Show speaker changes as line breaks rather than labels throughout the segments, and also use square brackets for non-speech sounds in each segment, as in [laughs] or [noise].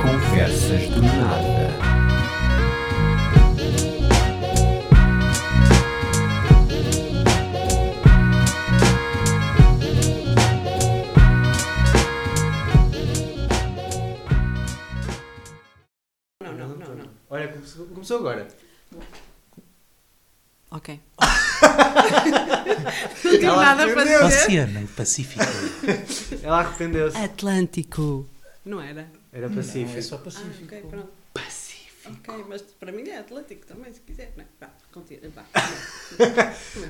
Conversas do Nada.
Não, não, não, não. Olha, começou, começou agora.
Ok. não tenho
Ela
nada para
aprendeu.
dizer.
Oceano e Pacífico.
Ela arrependeu-se.
Atlântico. Não era?
Era
Não, é
pacífico.
só Pacífico.
Ah, ok, pronto.
Pacífico.
Ok, mas para mim é Atlântico também, se quiser. Não, vá, continua,
[laughs]
vá.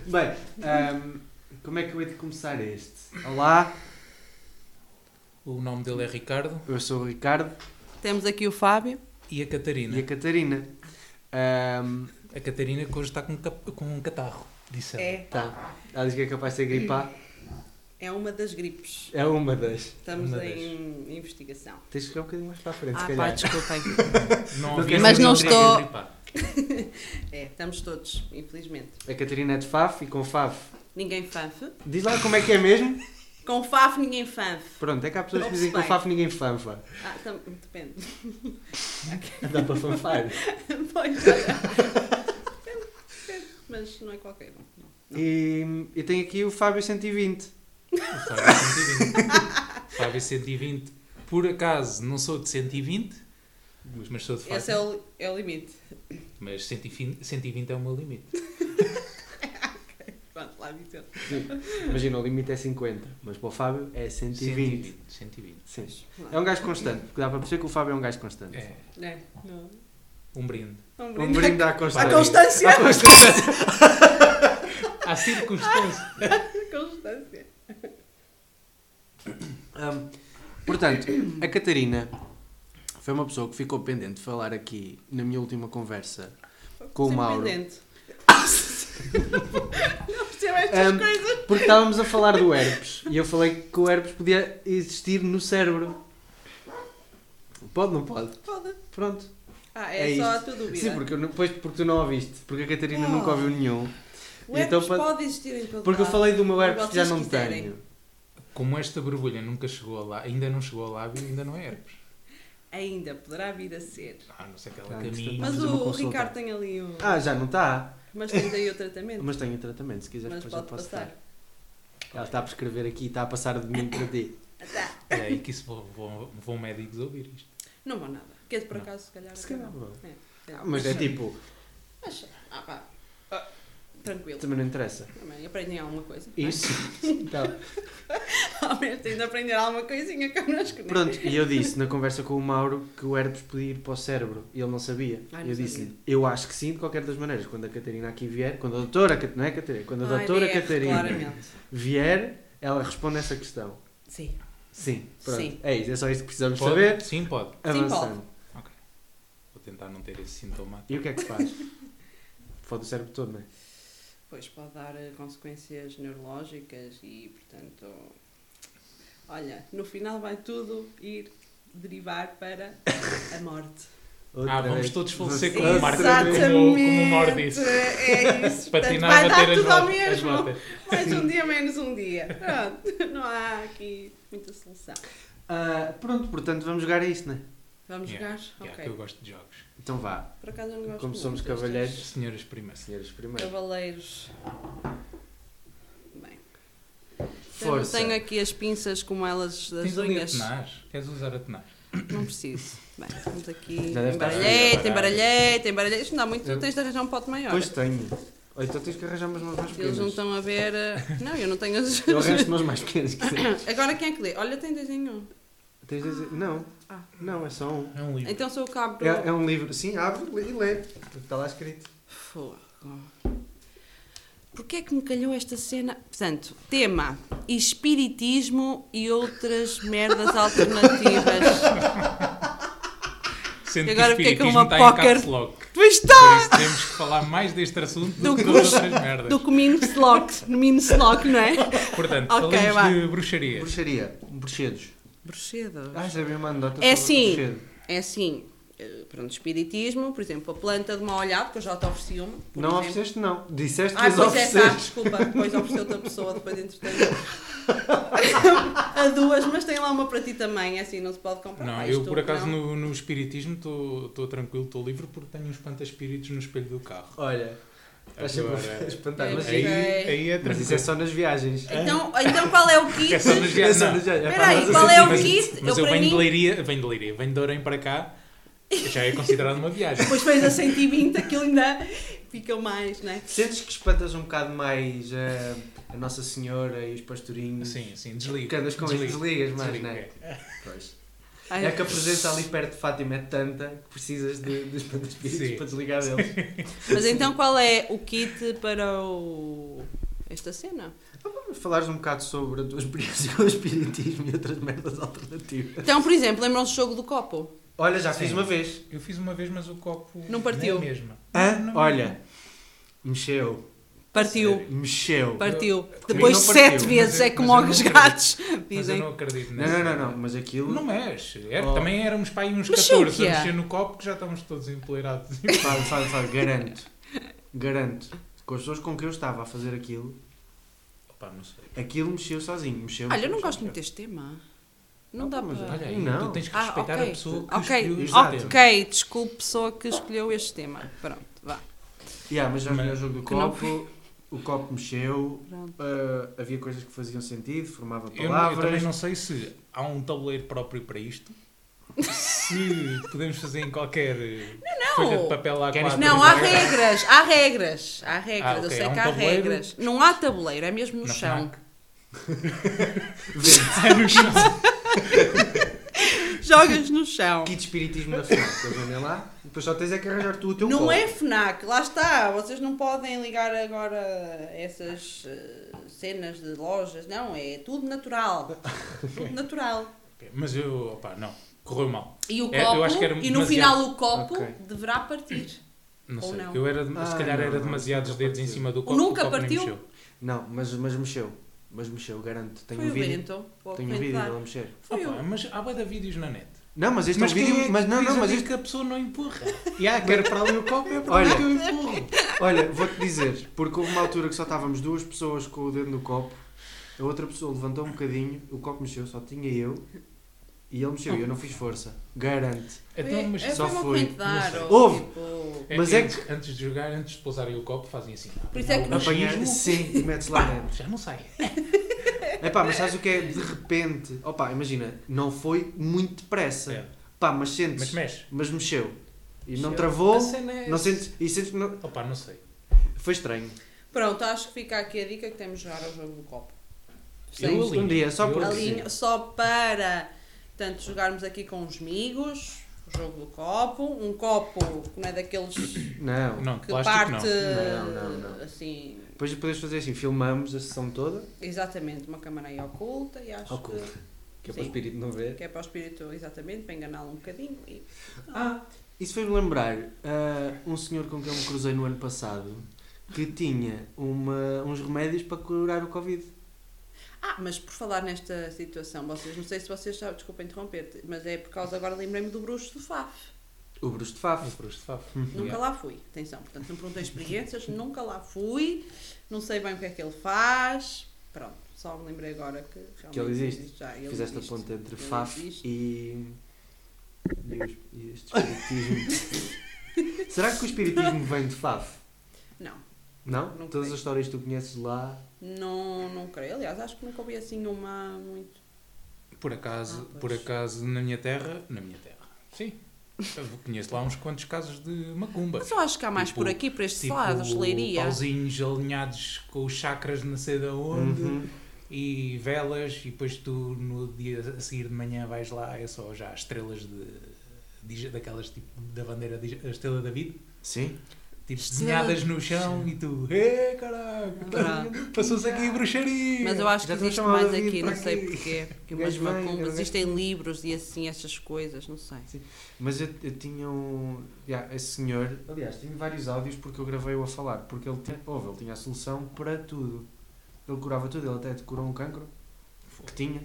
Bem, ahm, como é que eu hei de começar este? Olá,
O nome dele é Ricardo
eu sou o Ricardo
Temos aqui o Fábio.
e a
e a
Catarina.
Catarina. Ahm,
A Catarina que hoje está com, cap- com um catarro, disse ela.
É,
tá. Ela diz que é capaz de ser gripar.
é uma das gripes.
É uma das.
Estamos
Uma
em investigação.
Tens que ir um bocadinho mais para a frente,
Ah,
se
pá,
calhar.
desculpem.
Não
Mas
havia
não
ninguém
estou-
a gripar.
É, estamos todos, infelizmente.
A Catarina é de Faf e com Faf.
Ninguém fanfe.
Diz lá como é que é mesmo.
Com Faf, ninguém fanfe.
Pronto, é que há pessoas que dizem que com
Ouve-se
Faf ninguém fanfa.
Ah, tam- depende.
[laughs] Dá para fanfar.
[laughs] pois, olha. Depende, depende, Mas não é qualquer um. não.
E, e tem aqui o Fábio 120.
O Fábio 120. O Fábio 120. Por acaso, não sou de 120, mas, mas sou de Fábio.
Esse é o, é o limite.
Mas 120, 120 é o meu limite.
Pronto, lá, Vitor.
Imagina, o limite é 50, mas para o Fábio é 120.
120.
Sim.
120.
É um gajo constante, porque dá para perceber que o Fábio é um gajo constante.
É,
É, não.
um
[laughs]
brinde.
Um
Um
brinde.
brinde à
à
constância.
constância.
À constância.
Há circunstância.
[laughs] constância.
Hum, portanto, a Catarina foi uma pessoa que ficou pendente de falar aqui na minha última conversa com o Mauro. [laughs]
Surpreendente. não percebo estas
Ahm,
coisas.
Porque estávamos a falar do herpes e eu falei que o herpes podia existir no cérebro. Pode, não pode?
Foda.
Pronto.
Ah, é,
É
só
isto.
a tua dúvida.
Sim, porque, eu não- pois, porque tu não ouviste. Porque a Catarina nunca ouviu nenhum.
O herpes
então, pa-
pode existir em todo
Porque eu
lado.
falei do meu
Como
herpes que já
vocês
não
quiserem.
tenho.
Como esta borbulha nunca chegou a lá, ainda não chegou ao lábio, ainda não é herpes.
Ainda poderá vir a ser.
Ah, não sei aquela
Claro,
caminha.
Vamos
Mas
fazer uma
o
consulta.
Ricardo tem ali um.
Ah, já não está.
Mas tem daí o tratamento.
Mas tenho tratamento, se quiseres
Mas
depois eu
pode
posso
passar.
dar. Ela está a prescrever aqui e está a passar de mim para ti.
É aí que isso vão, vão, vão médicos ouvir isto.
Não vão nada. Quer dizer, por
Não.
acaso, se calhar.
Se
até
calhar
não.
vou.
É.
Ah, Mas é tipo,
Mas, ah, pá. Ah, Tranquilo.
também não interessa.
Também aprendem alguma coisa. não é? [laughs]
Isso. Então,
Ao menos tens de aprender alguma coisinha connosco. não é?
pronto, e eu disse na conversa com o Mauro que o herpes podia ir para o cérebro e ele não sabia.
Ah, não
eu
sabia.
disse-lhe, eu acho que sim, de qualquer das maneiras. Quando a Catarina aqui vier, quando a doutora, Cat- não é Catarina? Quando a
Ah,
doutora
IVF,
Catarina
Claramente.
vier, ela responde essa questão.
Sim.
Sim, pronto.
Sim.
É isso, é só isso que precisamos
Pode?
saber.
Sim, pode.
Avançando.
Vou tentar não ter esse sintoma.
E o que é que se faz? [laughs] Fode o cérebro todo, não é?
Pois pode dar eh, consequências neurológicas e, portanto. Olha, no final vai tudo ir derivar para a morte.
Outra
Ah, vamos
vez.
todos falecer
Outra
como o Marco-
vez.
como- como o Mauro disse.
É isso. Portanto,
Patinar,
vai
bater
dar
as
tudo ao
botas, as
mesmo.
botas.
[laughs] Mais um dia, menos um dia. Pronto. [laughs] Não há aqui muita solução.
Ah, pronto, portanto vamos jogar a isso, né?
Vamos
Yeah,
jogar?
yeah,
ok.
que eu gosto de jogos.
Então vá,
Por acaso eu não gosto
como
muito
somos
destes.
cavalheiros,
Senhoras primas.
senhores primeiro.
Cavaleiros. Bem.
Força.
Tenho aqui as pinças como elas das
Tens é? ali a
unhas.
tenaz? Queres usar a tenaz?
Não preciso. Bem, estamos aqui.
Já deve estar
frio,
Embaralhei,
baralho.
embaralhei, embaralhei. Isto não dá muito,
Eu-
tens de arranjar um pote maior.
Pois tenho. Ou então tens que arranjar umas mãos mais
Eles
pequenas.
não estão a ver. eh, [laughs] Não, eu não tenho as.
Eu arranjo umas mais pequenas. Que quiser.
[coughs] Agora quem é que lê? Olha, tem dois em um.
tens de dizer... Não,
Ah.
não, é só um.
É um livro.
Então sou o cabro.
É, um- é um livro. Sim, abre lê- e lê. porque Está lá escrito.
Fogo. Porquê é que me calhou esta cena? Portanto, tema: Espiritismo e
[laughs]
outras merdas alternativas.
Sendo
Então, E agora
que o
fiquei com
espiritismo
uma
está
póquer.
em caps lock.
Pois
Por
está!
isso temos que falar mais deste assunto do
Do
que
que
das
os-
outras merdas.
tá! Do que o Minus Lock, no Minus Lock, não é?
Portanto,
Ok,
falamos
vá.
de bruxaria.
Bruxaria. Bruxedos.
Bruxedo.
Ah, já vi uma anedota
É
sobre
sim.
bruxedo.
É assim, eh, pronto, espiritismo, por exemplo, a planta de mau olhado, que eu já te ofereci uma. por
Não
exemplo.
ofereceste, não. Disseste que
Ah,
as
pois é, sabe,
ofereceste.
desculpa, depois ofereci outra pessoa, depois entretanto. a duas, mas tem lá uma para ti também, é assim, não se pode comprar.
Não,
Ah,
eu
isto
por acaso
não.
no, no espiritismo estou tranquilo, estou livre porque tenho uns espíritos no espelho do carro.
Olha, estás sempre
Agora-
a
É
espantar. Mas,
Aí,
Ok.
aí
mas isso é
é tranquilo.
só nas viagens.
Então, então qual é o kit?
É só nos
É só
Não.
nas viagens.
Espera aí,
mas- assim,
qual é o
mas,
kit? Eu,
Mas eu,
para
venho de
mim-
Leiria, venho de Leiria, venho de Orem para cá, já é considerado
[laughs]
uma viagem.
Depois fez a 120, aquilo ainda fica mais, né?
Sentes que espantas um bocado mais eh, a Nossa Senhora e os pastorinhos?
Sim, sim, desligo.
Porque andas com isso,
desligo,
desligas mais,
desligo,
não é?
é.
Pois.
Ai,
É que a presença ali perto de Fátima é tanta que precisas de, dos
Sim.
espíritos para desligar deles.
Mas então qual é o kit para o... esta cena?
Falares um bocado sobre a tua [laughs] experiência com o espiritismo e outras merdas alternativas.
Então, por exemplo, lembram-se do jogo do copo?
Olha, já fiz
Sim.
uma vez.
Eu fiz uma vez, mas o copo
Não partiu.
não é a mesma.
Hã?
Não-
Olha, mexeu.
Partiu.
Mexeu.
Partiu.
mim
Depois
não
de
partiu,
sete
mas
vezes
eu-
é como
mas eu
aos
não
gatos,
[laughs] Mas eu
dizem.
não acredito
Não,
nessa.
não, não, não, mas aquilo.
Não mexe. Era-
Oh.
Também éramos para aí uns
Mexeu o
14
quê?
a mexer no copo que já estávamos
[laughs]
todos empoleirados.
Fábio, Fábio, Fábio, garanto. Garanto. Com as pessoas com que eu estava a fazer aquilo,
Opa, não sei.
aquilo mexeu sozinho. Mexeu.
Olha, eu não
mexeu,
gosto muito
mexeu.
deste tema. Não
Ah,
dá
mas
para...
Olha aí,
Não.
tu tens que
Ah,
respeitar
ok.
a pessoa que
Ok,
escolheu este
Exato.
tema.
Ok, desculpe pessoa que escolheu este tema. Pronto, vá.
Yeah, mas já
Mas-
joguei o jogo do
Que não
copo, o copo mexeu,
Pronto.
ah, havia coisas que faziam sentido, formava
Eu, não- eu também
palavras.
não sei se há um tabuleiro próprio para isto. se podemos fazer em qualquer eh, folha de papel A4.
Queres-
Não, há
qualquer-
regras, há regras, há regras,
Ah, ok,
eu sei
há um
que há
tabuleiro.
regras. Não há tabuleiro, é mesmo no
Na
chão.
É no chão.
[laughs] Jogas no chão.
Kit de espiritismo da FNAC, estás a ver lá? Depois só tens é que arranjar tu o teu
Não
copo.
é FNAC, lá está, vocês não podem ligar agora essas eh, cenas de lojas, não, é tudo natural. tudo natural.
[laughs] Mas eu, opá, não. Correu mal.
E o copo,
É, eu acho que era
e no
demasiado.
final o copo
Ok.
deverá partir.
Não
Ou
sei.
não.
Eu era, de-
Ah,
se calhar
não,
era
não,
demasiados
nunca
dedos em
partiu.
cima do copo.
Nunca
o copo nem
partiu?
mexeu.
Não, mas, mas mexeu. Mas mexeu, garanto. Tenho
Foi
um
o
vídeo.
vento, o
Tenho um
vento
vídeo
dar.
dele a mexer.
Foi
Opá,
o...
mas há bué de vídeos na net.
Não, mas este é um
quem
vídeo.
é
Mas não,
que diz
não,
a
mas
ti
este.
que a pessoa não empurra. yeah, quero para ali o copo, é para
Olha.
ali que eu empurro.
Olha, vou-te dizer, porque houve uma altura que só estávamos duas pessoas com o dedo no copo, a outra pessoa levantou um bocadinho, o copo mexeu, só tinha eu, e ele mexeu, e eu não fiz força. Garanto.
Então, mas
é,
só
foi uma
foi,
corrente de ar,
não sei.
ou
Houve.
tipo-
É,
Mas é
antes, antes de jogar, antes de pousarem o copo, fazem assim.
Por isso é que nos-
Apanhar,
Machismo?
sim, e metes lá dentro.
Já não sai.
Epá, mas sabes o que é? De repente, opá, imagina, não foi muito depressa.
É.
Pá, mas sentes,
Mas
mas,
mexe.
mexeu. E não
Mexeu.
travou,
A cena é-
não sentes, e sentes que não...
Opa, não sei.
Foi estranho.
Pronto, acho que fica aqui a dica que temos de jogar ao jogo do copo.
Eu
um
alinho.
dia, só
Eu
porque
A
alinho.
sim.
linha- só para portanto, jogarmos aqui com os amigos, o jogo do copo, um copo que não é
[coughs]
daqueles que
Não.
Não, de plástico
parte eh,
Não, não, não.
assim.
Depois podes fazer assim, filmamos a sessão toda,
Exatamente, uma câmara aí oculta e acho
Oculta. que é para o
Sim.
espírito não ver.
Que, que é para o espírito, exatamente, para enganá-lo um bocadinho. E,
Ah, isso fez-me lembrar ah, um senhor com quem eu me cruzei no ano passado que tinha uma- uns remédios para curar o Covid.
ah, mas por falar nesta situação, vocês não sei se vocês sabem, desculpa interromper-te, mas é por causa agora lembrei-me do bruxo do Faf.
O bruxo de
não.
Fafo.
Eu de favo.
Nunca lá fui, atenção, portanto não perguntei experiências, [laughs] nunca lá fui, não sei bem o que é que ele faz, pronto, só me lembrei agora que realmente
Que ele existe.
Já, ele
Fizeste a
existe.
ponta entre
Ele
Faf
existe.
e, e, os- e este espiritismo. [laughs] Será que o espiritismo vem de Faf?
Não,
Não?
Não
Todas
sei.
as histórias que tu conheces lá.
não, não creio, aliás, acho que nunca ouvi assim uma muito...
Por acaso,
Ah, pois.
por acaso, na minha terra, na minha terra, sim, eu conheço lá uns quantos casos de macumba.
Mas eu acho que há mais
Tipo-
por aqui, por estes lados, leiria.
pauzinhos alinhados com os chakras não sei de onde,
Uhum.
e velas, e depois tu no dia a seguir de manhã vais lá, é só já estrelas de, de- daquelas tipo da bandeira, de- a estrela da vida,
Sim.
tipo
Estrela-
desenhadas no chão, e tu, ê caraca, passou-se aqui bruxaria.
Mas eu acho que
Já estou
existe
chamada
mais
a vir
aqui,
para
não sei
aqui.
porquê. Que
Gajo
umas
bem,
macumbas,
gajo-
existem livros e assim, essas coisas, não sei.
Mas eu, eu tinha um. Yeah, esse senhor. Aliás, tenho vários áudios porque eu gravei-o a falar. Porque ele tinha, houve, ele tinha a solução para tudo. Ele curava tudo, ele até te curou um cancro que tinha.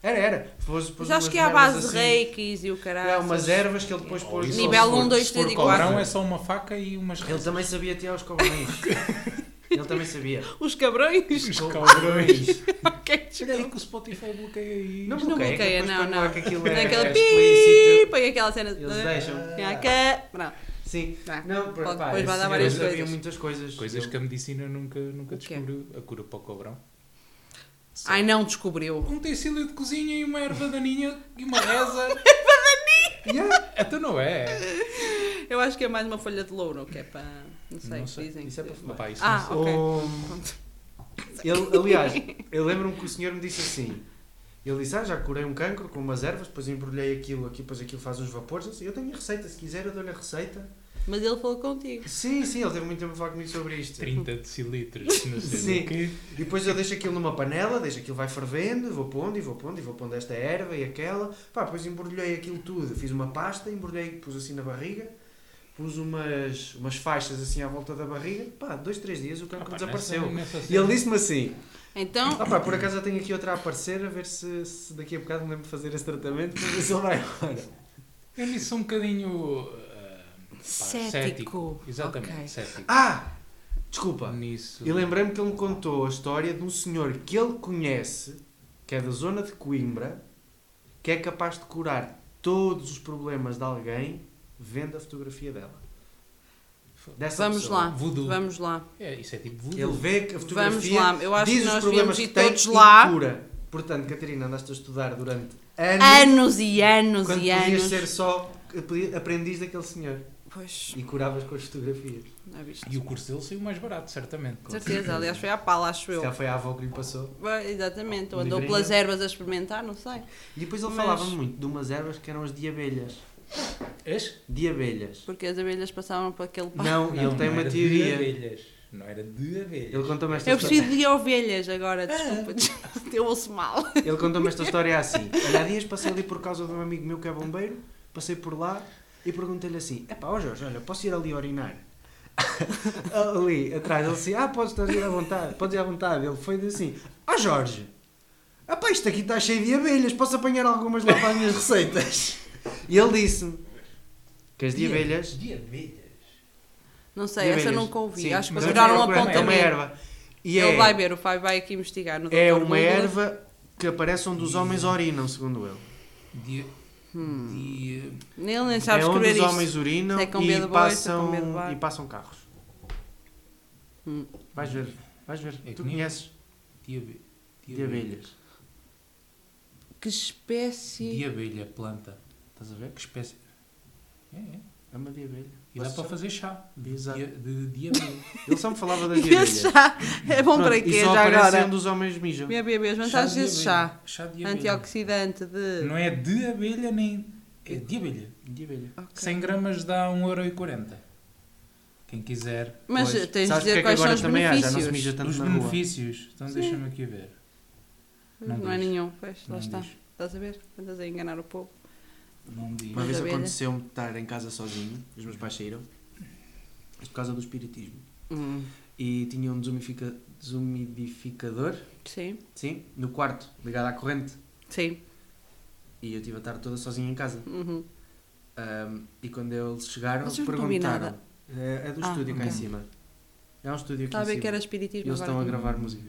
Era, era. Pôs, pôs
Mas acho
umas
que é à
merdas
base de
assim.
reikis e o caralho.
É, umas ervas que ele depois
Ou
pôs.
isso,
Nível
se for-
um, dois,
se for
três e quatro.
cobrão, é só uma faca e umas
Ele também sabia tirar os
[laughs]
cobrões. ele também sabia.
Os cabrões? [laughs]
Os cabrões.
[laughs] Cobrões.
ok, desculpa.
É que o Spotify bloqueia isso.
Não
Não
bloqueia,
bloqueia,
que depois
não,
põe lá
não.
que aquilo é
Tem aquela
explícito.
pi, põe aquela cena de. [laughs]
Eles deixam.
Ah, que- Não,
Sim.
Vá.
Não, por,
Pode-
pá,
depois vai
esse
dar várias
senhor havia
coisas.
muitas coisas.
Coisas
Eu-
que a medicina nunca, nunca
O quê?
descobriu. A cura para o cobrão. Só
Ai, não descobriu.
Um utensílio de cozinha e uma erva daninha e uma reza. erva daninha! Então não é.
Eu acho que é mais uma folha de louro, que é para. Não sei,
Não sei,
dizem.
isso é
que-
para fumar.
Opa, isso
Ah,
não
ok.
Um, ele, aliás, eu lembro-me que o senhor me disse assim. Ele disse, ah, já curei um cancro com umas ervas, depois embrulhei aquilo aqui, depois aquilo faz uns vapores. Eu disse, Eu tenho a receita, se quiser eu dou-lhe a receita.
Mas ele falou contigo.
Sim, sim, ele teve muito tempo a falar comigo sobre isto.
sei. 30 decilitros, não sei
Sim.
do quê.
E depois eu deixo aquilo numa panela, deixo aquilo vai fervendo, vou pondo e vou pondo e vou pondo esta erva e aquela. Pá, depois embrulhei aquilo tudo, fiz uma pasta, embrulhei, pus assim na barriga, pus umas, umas faixas assim à volta da barriga. Pá, dois, três dias o
Ah,
cancro
pá,
Então desapareceu.
nessa- nessa
E ele disse-me assim:
Então,
ah, pá, por acaso eu tenho aqui outra a aparecer, a ver se, se daqui a bocado me lembro de fazer esse tratamento, para ver se ele vai embora.
Eu nisso sou um bocadinho. ah, pá,
Cético.
Exatamente,
Ok.
cético.
Ah! Desculpa.
Nisso.
E lembrei-me que ele me contou a história de um senhor que ele conhece, que é da zona de Coimbra, que é capaz de curar todos os problemas de alguém vendo a fotografia dela. Dessa
vamos
é pessoa.
lá.
Voodoo.
Vamos lá.
É, isso é tipo voodoo.
Ele vê a
Vamos
fotografia,
lá. Eu acho
diz
que
os
nós
problemas
vimos
que
ir
tem
todos
e
lá.
cura. Portanto, Catarina, andaste a estudar durante anos,
Anos e anos
é quando
e
podias
anos.
ser só aprendiz daquele senhor
Pois,
e curavas com as fotografias.
não é visto.
E o curso dele saiu mais barato, certamente.
Com certeza, aliás, foi à pala, acho
Se
eu.
calhar foi a avó que lhe passou.
Bem, Exatamente, ou
Um
andou
livrinho.
pelas ervas a experimentar, não sei.
E depois ele
Mas-
falava muito de umas ervas que eram as de abelhas.
És?
De abelhas.
Porque as abelhas passavam para aquele pá. [laughs]
Não, ele tem uma
era De
teoria.
abelhas. Não era de abelhas.
Ele contou-me esta,
Eu
histó-
preciso de ovelhas agora,
É.
desculpa. [laughs] Eu ouço mal.
ele contou-me esta história assim. Olha, há dias passei ali por causa de um amigo meu que é bombeiro, passei por lá e perguntei-lhe assim: é pá, Jorge, olha, posso ir ali orinar? [laughs] ali atrás, ele disse: ah, podes estás a ir à vontade, podes ir à vontade. Ele foi e disse assim: ó Jorge, ah pá, isto aqui está cheio de abelhas, posso apanhar algumas lá para as minhas receitas? E ele disse-me que as de abelhas
De abelhas.
Não sei,
De
essa eu
abelhas.
nunca ouvi.
Sim,
acho que
mas
para
eu
tirar um
vou procurar, É uma
apontamento.
erva. E
Ele
é,
vai ver, o pai vai aqui investigar. No
é
Dr.
uma
Google.
erva que aparece onde os homens
Uhum.
urinam, segundo ele.
De.
Hum.
de-
Hum. Ele nem sabe
É onde
escrever
os
isto.
homens urinam
Se é com
e,
medo de boi, se é com
passam,
medo de bar.
e passam carros.
Hum.
Vais ver, vais ver.
É
tu
que nem-
conheces
de abe-
de abelhas.
Que espécie. [laughs]
De abelha, planta.
Estás a ver?
Que espécie. É, é.
É uma de abelha.
E dá
Mas
para
só-
fazer chá.
Exato.
De, de,
[coughs]
de abelha.
Ele só me falava
[laughs]
das de abelhas.
Esse chá é bom para
Pronto,
quê
E só
já
aparece
agora?
onde os homens mijam.
Minha bebê, as vantagens
de
desse
abelha.
chá.
Chá de abelha.
Antioxidante de.
Não é de abelha nem. É de abelha.
De abelha.
Ok.
100 gramas dá 1,40€. Quem quiser.
Mas
Pois.
tens de
Sabes
dizer
porque é
quais
que
são
agora
os
também há? Já não se
benefícios.
mija tanto
Os
na rua.
benefícios. Então
Sim.
deixa-me aqui ver.
Não,
Não
é
diz.
nenhum, pois, lá
Não
está.
diz.
Estás a ver? Andas a enganar o povo.
Não diz.
Uma
Mas
vez
abelha.
aconteceu-me estar em casa sozinho, os meus pais saíram, por causa do espiritismo. Hum. E tinha um desumifica- desumidificador,
Sim,
sim, no quarto, ligado à corrente.
sim.
E eu estive a tarde toda sozinho em casa.
Uhum.
Ahm, e quando eles chegaram,
Vocês não comi
perguntaram. É, é do
Ah,
estúdio cá
ok.
em cima. É um estúdio aqui
Estava a
em
ver
cima.
que era espiritismo.
Eles estão a
agora.
gravar música.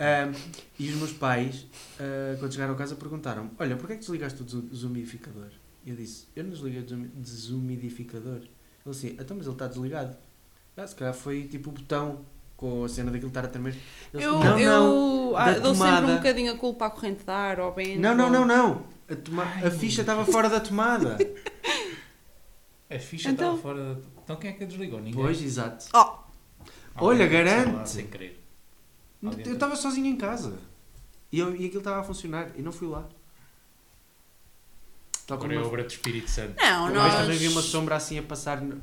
Ah,
Ahm, e os meus pais, ah, quando chegaram a casa, perguntaram Olha, porquê é que desligaste o desu- desumidificador? E eu disse: Eu não desliguei o desumi- desumidificador. Ele disse: Então, mas ele está desligado. Ah, se calhar foi tipo o botão com a cena daquilo estar a tremer. Eu disse,
Eu,
não, não,
eu ah,
da
dou sempre um
tomada.
bocadinho a culpa à corrente de ar, ao bem.
não, não, não, não. A, toma- a
Ai.
ficha estava fora da tomada.
A ficha
Então-
estava fora da. Então quem é que a desligou? Ninguém.
pois, exato.
Oh,
Alguém
Olha,
que desligou
garante.
lá Sem querer. Alguém
Eu estava sozinho em casa. E, eu, e aquilo estava a funcionar. E não fui lá. Tal como
Agora é
eu,
obra do Espírito Santo.
não,
uma
nós.
vez também vi uma sombra assim a passar no,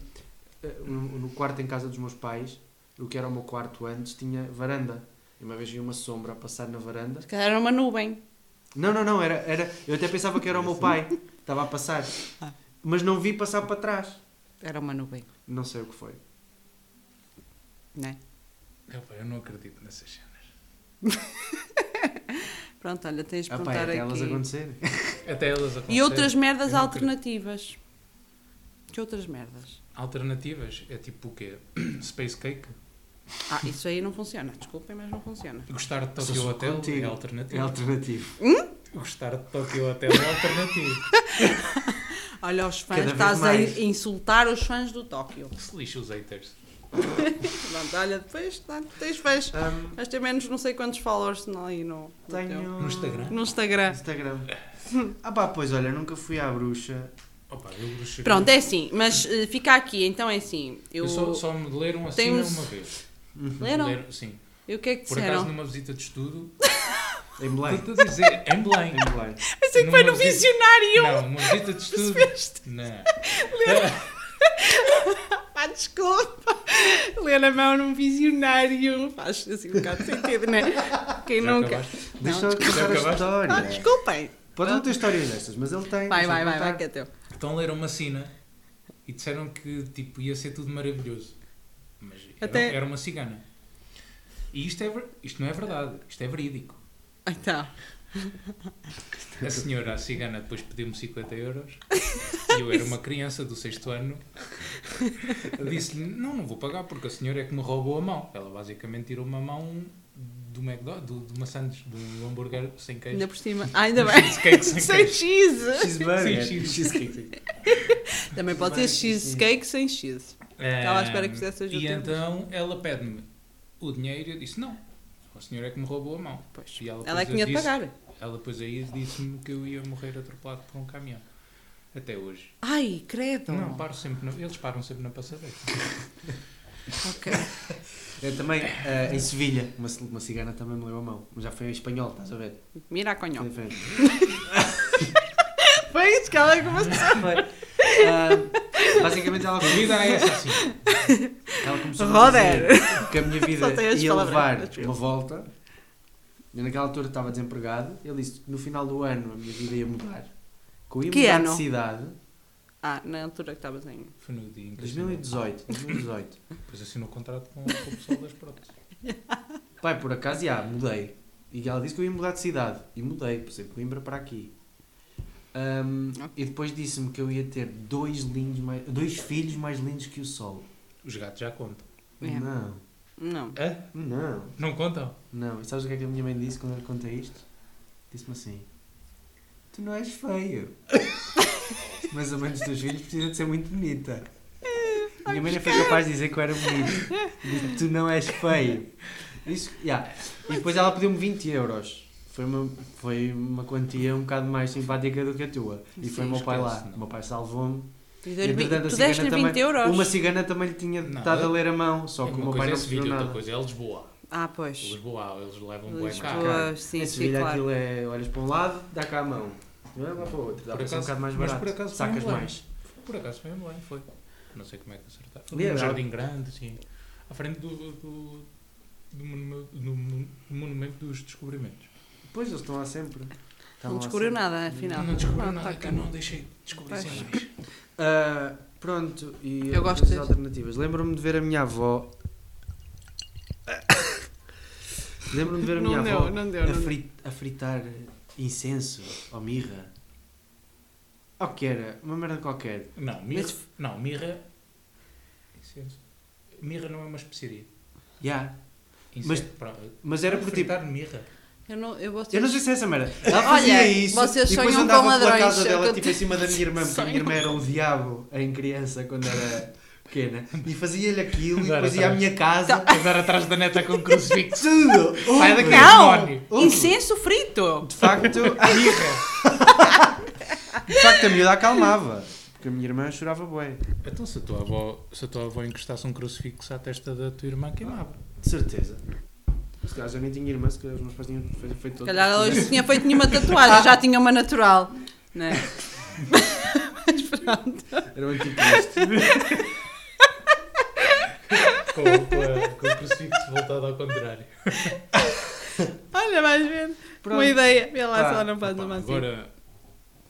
eh, no- no quarto em casa dos meus pais. O que era o meu quarto antes tinha varanda. E uma vez vi uma sombra a passar na varanda.
Se calhar era uma nuvem.
Não, não, não. Era, era, eu até pensava que era o meu pai. Estava a passar. Mas não vi passar para trás.
Era uma nuvem,
Não sei o que foi.
não é?
Epá, eu não acredito nessas cenas.
Pronto, olha, tens de
Ah, pá,
perguntar
até elas
aqui.
acontecerem.
Até elas acontecem.
E outras merdas
Eu não acredito.
alternativas. Que outras merdas?
Alternativas? É tipo o quê? [clears throat] Space Cake?
Ah, isso aí não funciona. Desculpem, mas não funciona.
Gostar de Tokyo Hotel
contigo.
é
É
[laughs]
alternativo.
alternativo.
Gostar de Tokyo Hotel é alternativo.
[laughs]
Olha, os fãs,
Cada vez
estás a
mais.
insultar os fãs do Tóquio.
Se lixa os haters.
Pronto, olha, depois tá, tens fãs.
Ahm,
Mas tem menos não sei quantos followers não, aí no, Um, no teu-
tenho.
No Instagram.
no Instagram.
Instagram. Ah pá, pois olha, nunca fui à bruxa.
Opa, eu bruxo-
Pronto, é assim, mas eh, fica aqui, então é assim. Eu,
Eu só, só me leram assim
Tem uns-
uma vez.
Leram?
Leram- sim.
E o que é que
Por
disseram?
acaso numa visita de estudo.
Em Belém.
Estou a dizer,
[laughs]
em Belém.
Em Belém.
Pensei que foi no
numa visita-
visionário!
Não, uma visita de estudo.
[laughs]
Não.
Pá, desculpa! Ler a mão num visionário faz assim um bocado de sentido,
[laughs]
não é? Quem
Já
nunca.
acabaste?
Deixa eu contar a
acabaste?
história.
Ah, desculpem!
Pode não ter histórias destas, mas ele tem.
Vai,
deixa eu
vai, vai,
contar.
vai, que é teu.
Então leram uma cena e disseram que tipo, ia ser tudo maravilhoso. Mas era,
Até-
era uma cigana. E isto, é, ver- isto não é verdade, isto é verídico.
Então,
A senhora, a cigana, depois pediu-me 50 euros e eu era uma criança do sexto ano. Disse-lhe: Não, não vou pagar porque a senhora é que me roubou a mão. Ela basicamente tirou-me a mão do McDonald's, do, de uma sandes, de um hambúrguer sem queijo.
ainda por
[laughs]
cima. Ah, ainda
Um
bem! [laughs]
cheesecake sem
sem
queijo.
cheese!
Cheeseburger.
Sim, cheese.
Cheesecake.
Também pode ser cheesecake sem cheese. Estava à espera que fizesse as
É, E
outras.
então ela pede-me o dinheiro e eu disse: Não, a senhora é que me roubou a mão.
Pois.
E ela
Ela é que tinha
depois
de
disse-
pagar.
Ela depois aí disse-me que eu ia morrer atropelado por um caminhão. Até hoje.
Ai,
Então
credo!
Não, paro sempre na- eles param sempre na passadeira.
Ok.
Eu também, eh, em Sevilha, uma, uma cigana também me leu a mão. Mas já foi em espanhol, estás a ver?
Mira a
É
[laughs]
conhão.
diferente.
Foi isso que ela começou.
Ah, basicamente ela,
A vida é essa assim.
ela começou a
Roder.
dizer que a
[laughs]
minha
Só tem
vida
as
ia levar
palavras.
uma volta. Eu naquela altura estava desempregado. Ele disse que no final do ano a minha vida ia mudar. Que eu ia
Que
mudar
ano?
de cidade.
Ah, na altura que estavas em.
Foi no dia em que assinou-
2018.
[laughs]
2018.
Depois assinou o contrato com, com o pessoal das próteses.
Pai, por acaso, já, mudei. E ela disse que eu ia mudar de cidade. E mudei, por exemplo, Coimbra para aqui. Ahm, e depois disse-me que eu ia ter dois, lindos mais, dois filhos mais lindos que o sol.
Os gatos já contam.
É.
Não,
Não.
não,
Não contam?
não. E sabes o que é que a minha mãe disse quando eu lhe contei isto? Disse-me assim: Tu não és
[laughs]
feio. Mas a mãe dos teus filhos precisa de ser muito bonita. Minha mãe não foi capaz de dizer que eu era bonito. Disse, tu não és feio. Isso, yeah. E depois ela pediu-me 20 euros. Foi uma, foi uma quantia um bocado mais simpática do que a tua. E foi o meu pai lá.
esquece, não.
O meu pai salvou-me.
Tu
E, entretanto, a
tu
cigana
deste-lhe 20
também-
euros.
Uma cigana também lhe tinha
Não,
dado a
eu-
ler a mão, só que o
uma
meu pai
coisa é
não percebeu
Sevilha, outra
nada.
coisa é Lisboa.
Ah, pois.
Lisboa, eles levam bué cá.
cara.
Lisboa, sim,
em
sim,
Sevilha
claro. né?
aquilo é, olhas para um lado, dá cá a mão. Não é lá para o outro, dá
Por
para ser um
acaso-
bocado mais
mas
barato.
por acaso foi
Sacas
um bom.
mais.
Por acaso foi bem, foi. Não sei como é que acertaram. Foi
Era.
num jardim grande, assim. À frente do, do, do monu- do mon- monumento dos descobrimentos.
Pois eles estão lá sempre. Estão
Não
lá
descobriu
sempre.
nada, afinal.
Não, descobriu
Ah,
nada,
tá
que eu
cá.
não deixei descobrir
Pois.
sem mais.
Ah, pronto, e
Eu gosto
outras
de-
alternativas. Lembro-me de ver a minha avó. [coughs] Lembro-me de ver a minha
Não
avó
deu, não deu,
a,
não deu.
fri- a fritar incenso ou mirra. Ou que era, uma merda qualquer.
Não, mirra. Não, mirra. Incenso. Mirra não é uma especiaria.
Yeah. Mas-
Mas, pronto,
Mas era por tipo.
fritar mirra.
Eu não, eu vou
Eu não sei se é essa merda. Ela
Olha,
fazia isso
vocês
e depois
sonham
andava
com
pela
ladrões,
casa
é o que
dela
eu
tipo em cima da minha irmã, porque a minha
Sonham
irmã era o diabo em criança quando era pequena. E fazia-lhe aquilo e
Agora
depois ia à
sabes.
minha
Tá.
casa.
Andar atrás da neta com um crucifixo. [laughs]
Tudo!
Sai daqui,
Não!
Oh, demónio.
Incenso frito!
De
[laughs]
facto,
Mirra.
de facto a miúda acalmava. Porque a minha irmã chorava bem.
Então, se a, tua avó, se a tua avó encostasse um crucifixo à testa da tua irmã, queimava.
De certeza. Se calhar já nem tinha irmã, se calhar os meus pais tinham feito, feito
Se
todos.
calhar ela hoje não tinha feito nenhuma tatuagem, já tinha uma natural. Né? Mas pronto.
Era um anticristo.
Com, com a- com o crucifixo voltado ao contrário.
Olha, vais ver.
Pronto.
Uma ideia. Vê lá
Ah,
se ela não faz
Opa,
uma assim.
agora,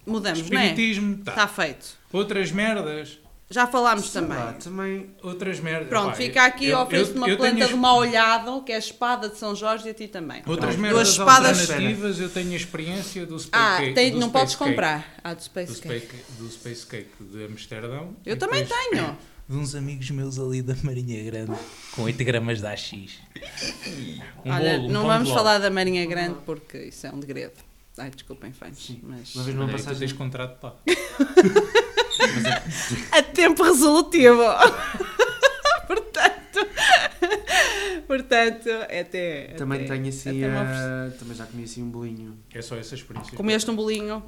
Mudamos, não é?
espiritismo, tá.
Está feito.
Outras merdas,
Já falámos
Sei
também.
lá, também.
outras merdas.
Pronto,
Pá,
fica aqui,
eu-
ofereço-te
eu-
uma
eu
planta
tenho
de mau olhado, que é a espada de São Jorge e a ti também.
Outras
Pronto.
merdas
Duas espadas-
alternativas, eu tenho a experiência do Space
Ah,
Cake.
tem-
do
não
Space
podes
Cake.
comprar. Ah, do Space
Do
Cake.
space, do space Cake de Amsterdão.
Eu
E
também
depois
tenho.
de uns amigos meus ali da Marinha Grande com 8 gramas de AX. Um
Olha,
bolo, um
não
pão de
vamos
ló.
falar da Marinha Grande porque isso é um degredo. Ai, desculpem, fãs.
Sim.
Mas...
Uma vez numa
Olha, aí, tu
passagem
tens contrato, pá.
[laughs] A tempo resolutivo! [laughs] portanto, [laughs] portanto, até.
também
até,
tenho assim.
até uma vers-
ah, Também já comi assim um bolinho.
É só essa experiência.
Comeste um bolinho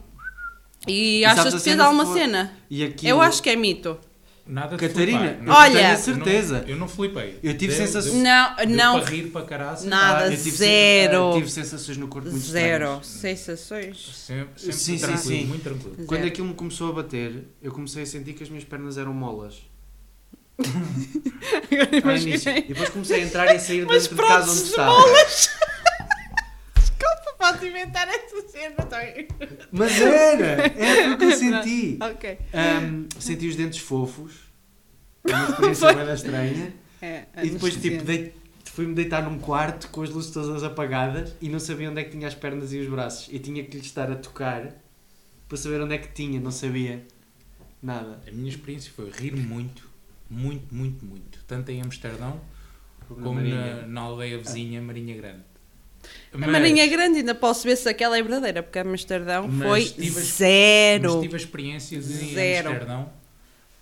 e,
E
achas
sabes
que
assim,
fez
mas
alguma
foi-
cena?
E aqui
Eu acho que é mito.
Nada de
Catarina,
flipar.
não
Olha!
tenho a
Eu não-
certeza.
Eu não flipei.
Eu tive sensação-
Não,
Deu
não.
Para rir para caraça.
Nada,
eu tive sen-
zero.
ah, tive sensações no corpo muito
Zero.
estranhas.
Sensações.
Sempre, sempre
Sim, sim,
tranquilo,
sim.
muito tranquilo.
Quando é
Zero.
aquilo me começou a bater, eu comecei a sentir que as minhas pernas eram molas.
[laughs] Agora
Ao início. E
imaginei.
depois comecei a entrar e a sair
Mas
dentro de casa
pratos
onde
de
estava.
Desculpa, [laughs] posso inventar essa cena. tá bem?
Mas era! Era o
[laughs]
que eu senti.
Ok.
Ahm, senti os dentes fofos.
[laughs]
Uma experiência bem estranha.
É,
E depois, tipo,
anestesia.
dei- fui-me deitar num quarto com as luzes todas apagadas e não sabia onde é que tinha as pernas e os braços. E tinha que lhe estar a tocar para saber onde é que tinha, não sabia nada.
A minha experiência foi rir muito, muito, muito, muito. Tanto em Amsterdão como
Marinha.
na, na aldeia vizinha Marinha Grande.
A Marinha é Grande ainda posso ver se aquela é verdadeira, porque Amsterdão
Mas
foi
tive-
zero.
Mas tive a experiência de
Zero.
em Amsterdão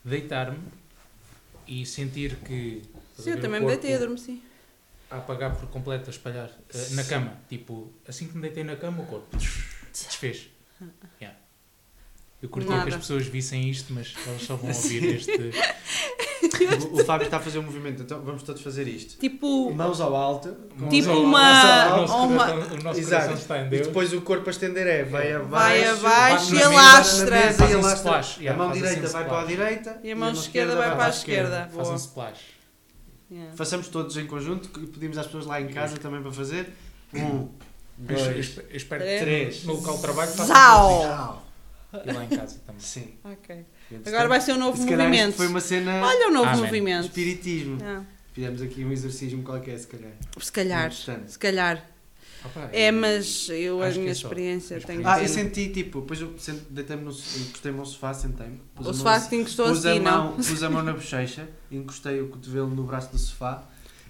deitar-me e sentir que. estás a
Sim, eu
ver,
também
o
me
corpo
deitei e adormeci.
A apagar por completo, a espalhar eh, na cama. Tipo, assim que me deitei na cama, o corpo desfez. Yeah. Eu curtia
Nada.
que as pessoas vissem isto, mas elas só vão
[laughs]
ouvir
Tipo
este.
[laughs] O, o Fábio está a fazer um movimento, então vamos todos fazer isto.
Tipo,
Mãos ao alto.
Tipo
Mãos ao
uma-
alto, o nosso
uma-
coração- O nosso
Exato.
coração está em
E
Deus.
depois o corpo a estender é vai
vai
abaixo,
abaixo
bate na
na
e
mesa,
mesa
alastra.
e
Fazem
alastra.
splash,
a
yeah,
mão
fazem
direita
assim
vai para
splash.
a direita
E a mão esquerda vai para a esquerda. assim.
Fazem
Boa.
splash.
Yeah.
Façamos todos em conjunto e pedimos às pessoas lá em casa também para fazer. Um,
Eu es- eu
dois,
espe- eu espero que
três.
no local de trabalho façam
Zau!
todos isto. E lá em casa também.
Sim.
Ok.
Entretanto,
Agora vai ser um novo
se calhar isto
movimento.
foi uma cena
Olha um novo
Amém.
de
movimento.
espiritismo.
Yeah.
Fizemos aqui um exorcismo qualquer, se calhar.
Se calhar,
Interessante.
se calhar.
[laughs] Opa,
É,
e-
mas eu, a
Acho que
minha
é só.
experiência,
Mas
tenho
por
Ah,
que
eu
dizer.
senti tipo, depois eu sent- deitei-me no so- encostei-me ao sofá, sentei-me. pus
O
a mão
sofá
assim-
que encostou
Pus a,
assim,
mão,
não?
pus a mão na bochecha, encostei o cotovelo no braço do sofá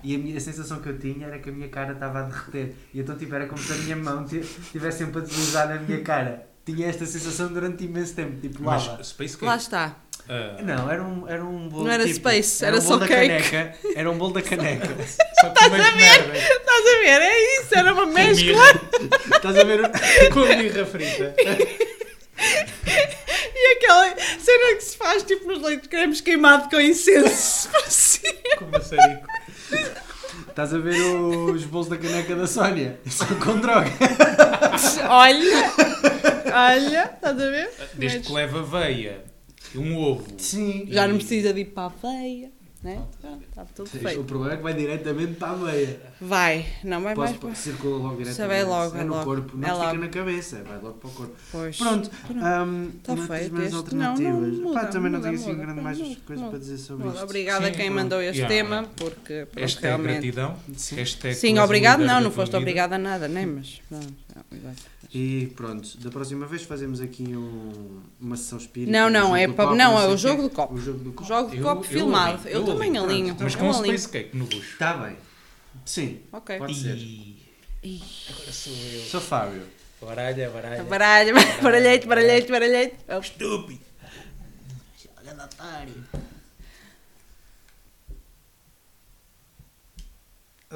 e a, minha, a sensação que eu tinha era que a minha cara estava a derreter. E então tipo, era como se a minha mão ti- tivesse sempre a deslizar na minha cara. Tinha esta sensação durante imenso tempo, tipo
Mas
lava.
Space Cake.
Lá está.
ah,
Não, era um, era um bolo
Não era
tipo,
space, era
um bolo
só
da
cake.
caneca. Era um bolo da
[laughs]
caneca.
Só que mais
[laughs]
merda.
Estás a ver? É isso, [laughs] era uma mescla.
Estás a ver? o- [laughs]
Com birra frita.
E aquela cena que se faz tipo nos leitos cremes queimado com incenso. [laughs]
Com maçarico.
Estás a ver os bolos da caneca da Sónia? Só com droga.
[laughs] olha, olha, estás a ver?
Ah, Desde que leva veia, um ovo.
Sim.
Já não precisa de ir para a veia, né? Pronto, Está tudo
O
feito.
problema é que vai diretamente para a meia.
Vai, não vai mais para.
circula logo diretamente.
Isso vai logo,
é
é
no
logo.
corpo, não
É
fica
logo.
na cabeça, vai logo para o corpo.
Pois.
Pronto,
Ah,
Tá feito
mais
este.
alternativas.
Não, não,
Pá,
muda,
também não
muda,
tenho assim
muda,
grande
pá,
mais
muda,
coisas
muda.
para dizer sobre
Bom,
isto.
Obrigada a
Sim,
quem
pronto.
mandou este
Yeah.
tema, porque pronto,
Esta é
realmente.
gratidão.
Sim.
Esta é que tu
Sim,
és o
obrigado,
líder
não,
da
não
tua
foste
vida.
obrigada a nada, nem, mas. pronto, já, vai.
E pronto, da próxima vez fazemos aqui um, uma sessão espírita.
Não,
um
não,
jogo
é
do
pa-
copo,
não, é
sei
o
quê.
jogo do copo.
O jogo do copo.
Jogo de
Eu-
copo
eu
filmado.
alinho,
Eu,
eu
também
alinho,
alinho.
Mas
eu
com um
alinho.
space cake no bucho.
Está Tá bem. Sim,
Ok.
pode ser.
Ih,
Ih.
Agora sou eu.
Sou Fábio.
Baralha, baralha.
Baralho, baralhete, baralhete, baralhete.
Estúpido.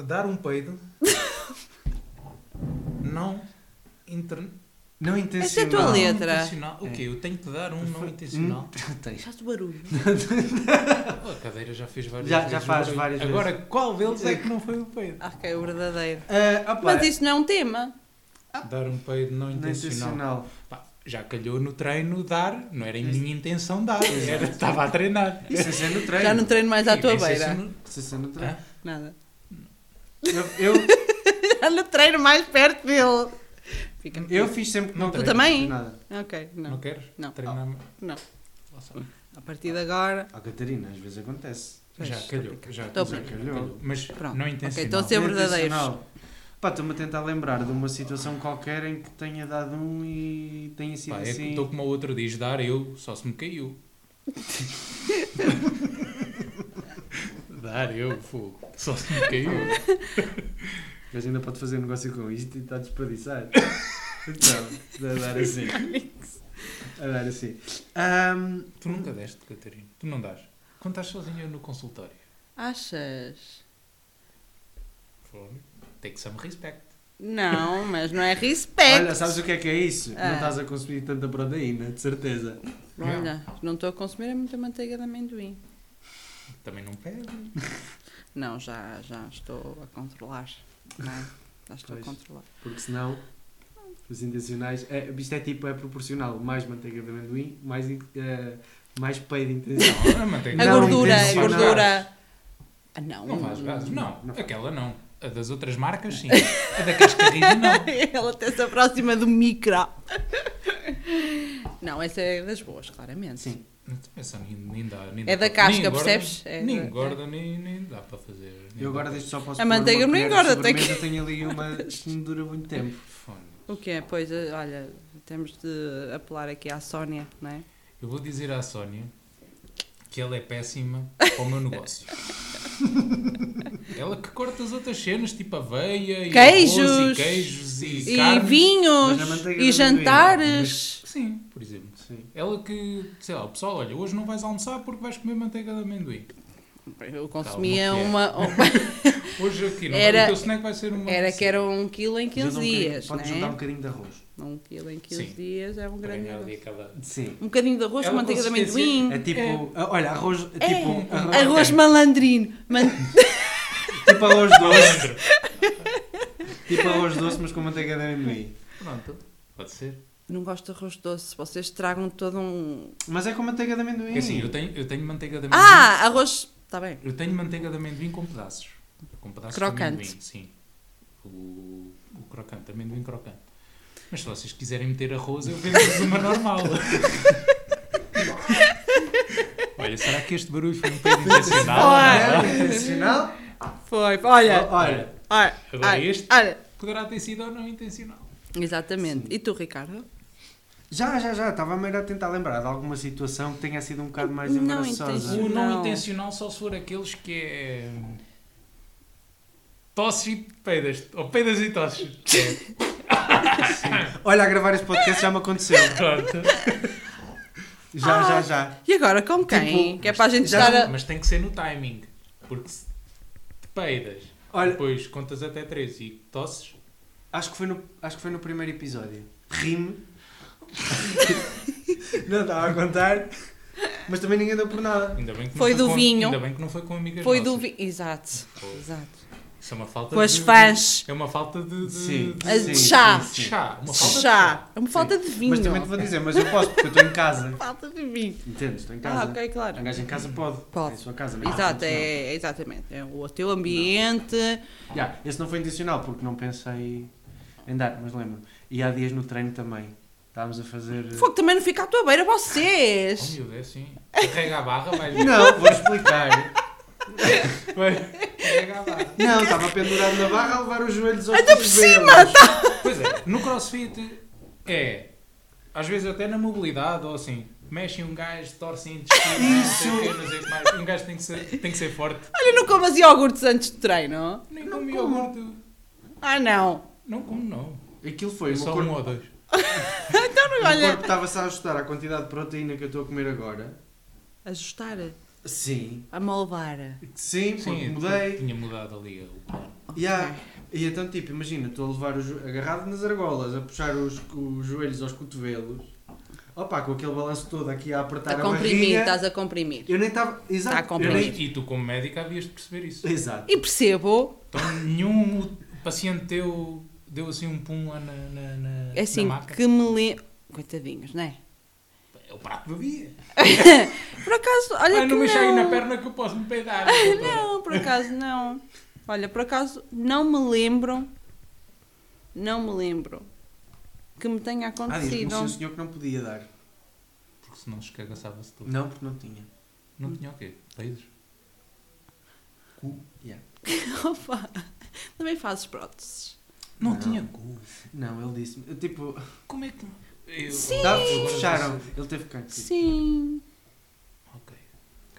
Dar
[laughs]
um peido. não inter...
Não
Essa é a
intencional.
tua
não
letra.
intencional. O quê? Eu tenho que dar um não intencional?
Tens.
Faz barulho.
Oh, a cadeira já fez várias
Já- já
vezes.
faz
barulho.
várias
Agora, qual deles é que não foi o peido?
Ok, o verdadeiro.
Ah, opa, é
Mas isso não é um tema.
Dar um peido não
não
intencional.
intencional.
Pá, já calhou no treino dar, não era a minha intenção dar, era, estava a treinar.
Isso é ser no treino.
Já não treino mais à
Sim,
tua
mas isso
beira.
não-
Isso é ser no treino.
Nada.
Eu, eu,
Já não treino mais perto dele. Fica
eu fiz sempre que não
Tu
treino.
também?
fiz Nada.
Ok, Tá.
Não,
não.
queres?
Não.
Treinar
Não.
Lá está.
A partir de agora.
Ah, Catarina, às vezes acontece. é
Pois,
Já calhou,
complicado.
já,
Estou
já
bem.
calhou. Mas
Pronto.
não
Ok, então
intencional.
estou a ser
Não é
verdadeiro.
intencional. Pá, estou-me a tentar lembrar de uma situação qualquer em que tenha dado um e tenha sido
Pá, é que
assim.
[laughs]
estou como o outro diz, dar eu, só se me caiu. dar, eu, fogo. Só se me caiu.
Mas ainda pode fazer negócio com isto e está a desperdiçar. Então, a
[laughs]
dar assim. A dar assim.
É
Ahm,
Tu nunca deste, Catarina. Tu não dás. Quando estás sozinha no consultório.
Achas?
Fogo. Take some respect.
Não, mas [laughs] não é respect.
olha, sabes o que é que é isso?
Ah.
Não estás a consumir tanta proteína, de certeza.
Olha, não estou a consumir é muita manteiga de amendoim.
Também não [laughs] pede.
Não, já, já estou a controlar. Não é? Já estou
Pois.
a controlar.
Porque senão, os intencionais. É, isto é tipo, é proporcional. Mais manteiga de amendoim, mais, in- eh, mais peido intencional.
A manteiga
A
Não,
gordura, a
intencional.
gordura. Ah, não.
Não faz gases. Não,
Não faz.
aquela não. A das outras marcas, sim. A da Cascarrilha, não.
[laughs] Ela até se aproxima do [laughs] micro. Não, essa é das boas, claramente.
Sim.
Essa nem, nem dá. Nem
É
dá
da
pra- nem
casca,
engorda,
percebes? É
nem
da-
engorda, nem, nem dá para fazer. nem
Eu
dá
agora
pra-
deixo só posso
A
pôr uma
manteiga não
colher de
engorda, tem
sobremesa, tenho ali uma que me dura muito tempo.
Fone.
O que é? Pois, eh, olha, temos de apelar aqui à Sónia, não é?
Eu vou dizer à Sónia que ela é péssima para o meu
[laughs]
negócio. ela que corta as outras cenas, tipo aveia e
Queijos!
arroz e queijos e,
E
carne.
Mas a
vinhos,
manteiga
e
de amendoim,
jantares.
Sim, por exemplo.
Sim.
Ela que, sei lá, o pessoal, olha, hoje não vais almoçar porque vais comer manteiga de amendoim.
Eu consumia
Calma,
uma.
Hoje aqui, não
Era-
era, o teu snack vai ser uma...
Era que era um quilo em 15
Junta um bocadinho-
dias, não
Pode juntar um
é?
bocadinho de arroz.
Um quilo em 15
Sim.
dias é um
Para
grande.
ganhar ali
negócio.
aquela...
Sim.
Um bocadinho de arroz
Ela
com manteiga de
consistência-
amendoim.
É tipo, ah, olha, arroz, é
É,
tipo, arroz,
Arroz malandrino. Man-
tipo arroz doce, tipo arroz doce, mas com manteiga de amendoim.
Pronto, pode ser.
Não gosto de arroz doce. Vocês tragam todo um.
Mas é com manteiga de amendoim.
É assim, eu tenho, eu tenho manteiga de amendoim.
Ah, arroz. Está bem.
Eu tenho manteiga de amendoim com pedaços. Com pedaços
Crocante.
de amendoim, sim. O, o crocante, amendoim crocante. Mas se vocês quiserem meter arroz, eu vendo-vos uma normal. [laughs] Olha, será que este barulho foi um pedido intencional?
Olha.
É intencional?
Foi. Olha.
Olha,
Olha.
Agora
olha,
este
olha.
poderá ter sido ou não intencional.
Exatamente. E tu, Ricardo?
já, já, já, estava meio a tentar lembrar de alguma situação que tenha sido um bocado mais
Não
embaraçosa.
intencional.
O não
Não.
intencional só se for aqueles que é. Tosses e peidas. Ou peidas e tosses. É,
Olha, a gravar este podcast já me aconteceu.
É, pronto.
Já,
Ah.
já, já.
E agora com quem?
Tipo,
que é para a gente
já
estar a.
Mas tem que ser no timing. Porque se te peidas,
Olha,
depois contas até 3 e tosses.
Acho que foi no, acho que foi no primeiro episódio. Rime.
[laughs]
não estava a contar. Mas também ninguém deu por nada.
Ainda bem que não
Foi do
com,
vinho.
Ainda bem que não foi com amigas
Foi
nossas.
do. vi- Exato.
Pô,
Exato.
Isso é uma falta
Com as
de...
fãs.
É uma falta de... de
Sim.
de-
As
Sim,
de
sim,
Ah, chá.
sim.
de chá. Uma falta de
Chá. É uma falta de vinho.
Mas também te vou dizer, mas eu posso, porque eu estou em casa.
Falta de vinho.
Entendes? Estou em
Ah,
casa.
ok, claro.
Um gajo em casa pode.
Pode.
É a sua casa, não é?
Exato,
Não.
é, é exatamente. É o teu ambiente.
Já, esse não foi intencional, porque não pensei em dar, mas lembro. E há dias no treino também. Estávamos a fazer. eh,
Fogo também não fica à tua beira, vocês!
Oh, meu Deus, sim. Carrega a barra, vai...
Não, vou explicar.
vai- Carrega a barra.
Não, estava pendurado na barra a levar os joelhos aos cotovelos.
tá.
Pois é, no crossfit é... Às vezes até na mobilidade ou assim... Mexem um gajo, torcem intestino, não sei o quê, não sei o que mais. Um gajo tem que ser, tem que ser forte.
Olha, não comas iogurtes antes do treino?
Nem comi iogurte.
Ah, não!
Não como, não.
Aquilo foi,
Foi
o meu
só
corpo
um ou dois.
O meu
Ah, Olha.
corpo estava-se a ajustar à quantidade de proteína que eu estou a comer agora.
Ajustar,
Sim.
a moldar.
Sim, porque
Sim, é
mudei.
tinha mudado ali o plano.
Yeah. E então, tipo, imagina, estou a levar o jo- agarrado nas argolas, a puxar os, os joelhos aos cotovelos. Opa, com aquele balanço todo aqui a apertar a,
A comprimir,
barriga.
estás a comprimir.
Eu nem estava... Exato.
Tá a
eu
comprimir.
nem...
E tu, como médico, havias de perceber isso.
Exato.
E percebo,
Então, nenhum paciente teu deu assim um pum lá na, na, na,
é assim,
na maca.
que me lembro. Coitadinhos, não é?
É o prato do dia.
Por acaso, olha
Ai,
que
não mexa aí
não.
na perna que eu posso me peidar.
[laughs]
Não, por acaso não. Olha, por acaso não me lembro. Não me lembro que me tenha
Ah, diz-me
acontecido.
o senhor que não podia dar.
Porque senão escagaçava-se tudo.
Não, porque não tinha.
Não tinha o quê? Peidos?
Cu. Yeah.
[laughs] Opa, também fazes próteses.
Não,
Não.
tinha cu.
Não, ele disse-me. eu, Tipo,
Como é que... Eu...
Sim.
dá-
Agora
fecharam.
vocês-
Ele teve que
Sim.
Ok.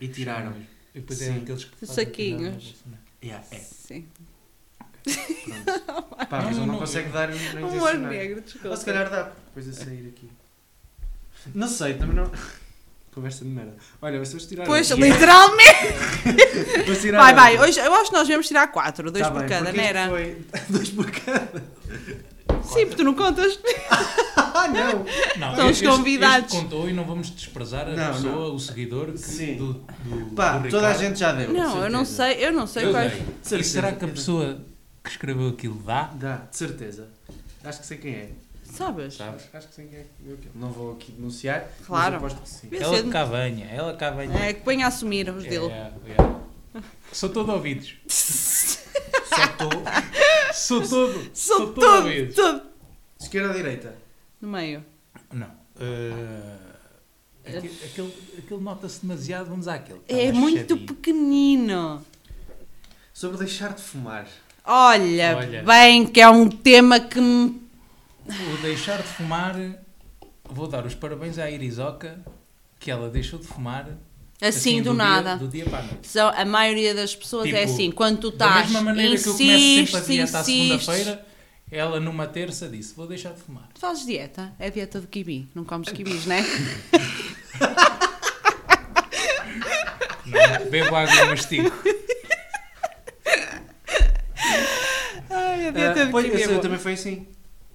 E tiraram.
Fecharam mesmo. E depois é
Sim.
aqueles que
Os
fazem assim, né?
saquinhos.
aqui na- na bolsa,
Yeah, é.
Sim. [laughs]
Pá, mas
Não,
ele não
não,
consegue dar nem
Um Humor
direcionar.
negro,
assim,
desculpa.
é? Ou se calhar dá depois a sair aqui. Não sei, também não. Conversa de merda. Olha, mas vamos tirar.
Pois,
outra.
literalmente.
Vamos tirar
Vai,
outra.
vai. Hoje, eu acho que nós vamos tirar quatro. Dois
Tá
por
bem,
cada,
porque
não
isto
era?
Foi... [laughs] dois por cada.
Sim, porque tu não contas.
Ah, não!
né? Não,
São os
este- este
convidados.
contou e não vamos desprezar a
Não,
pessoa,
não.
o seguidor que-
Sim.
do, do,
Pá,
do
toda a
Ricardo.
gente já deu.
Não, eu não
certeza.
sei, eu não sei
Eu
quais.
dei. E
Certeza.
será que a pessoa que escreveu aquilo dá?
Dá, de certeza. Acho que sei quem é.
Sabes?
Sabe?
Acho, acho que sei quem é. Não vou aqui denunciar. mas
Claro.
aposto que sim.
Vê
Ela
se-
de cá venha, ela de cá venha.
É que põe a assumir os dele.
É, é. Sou todo ouvidos.
[laughs] Só estou.
Sou todo.
Sou
todo
todo,
ouvidos.
todo.
Esquerda ou direita?
No meio.
Não. eh, aquele, aquele, aquele nota-se demasiado, vamos àquele. Tá
É
mais
muito
fechadinho.
pequenino.
Sobre deixar de fumar.
Olha,
Olha.
bem que é um tema que me.
O deixar de fumar, vou dar os parabéns à Irisoca, que ela deixou de fumar.
Assim, do,
dia-
nada.
do dia para a noite.
Só a maioria das pessoas é
Tipo,
assim, quando tu
da
estás.
mesma maneira que eu começo sempre a
insistes,
dieta à
insistes.
segunda-feira, ela numa terça disse, vou deixar de fumar.
Tu fazes dieta? É a dieta do kiwi. Não comes kiwis,
[laughs]
né?
Não, bebo água e mastigo.
Ai, a
Ah,
dieta do
pois,
kiwi.
esse
é
eu
boa.
também foi assim.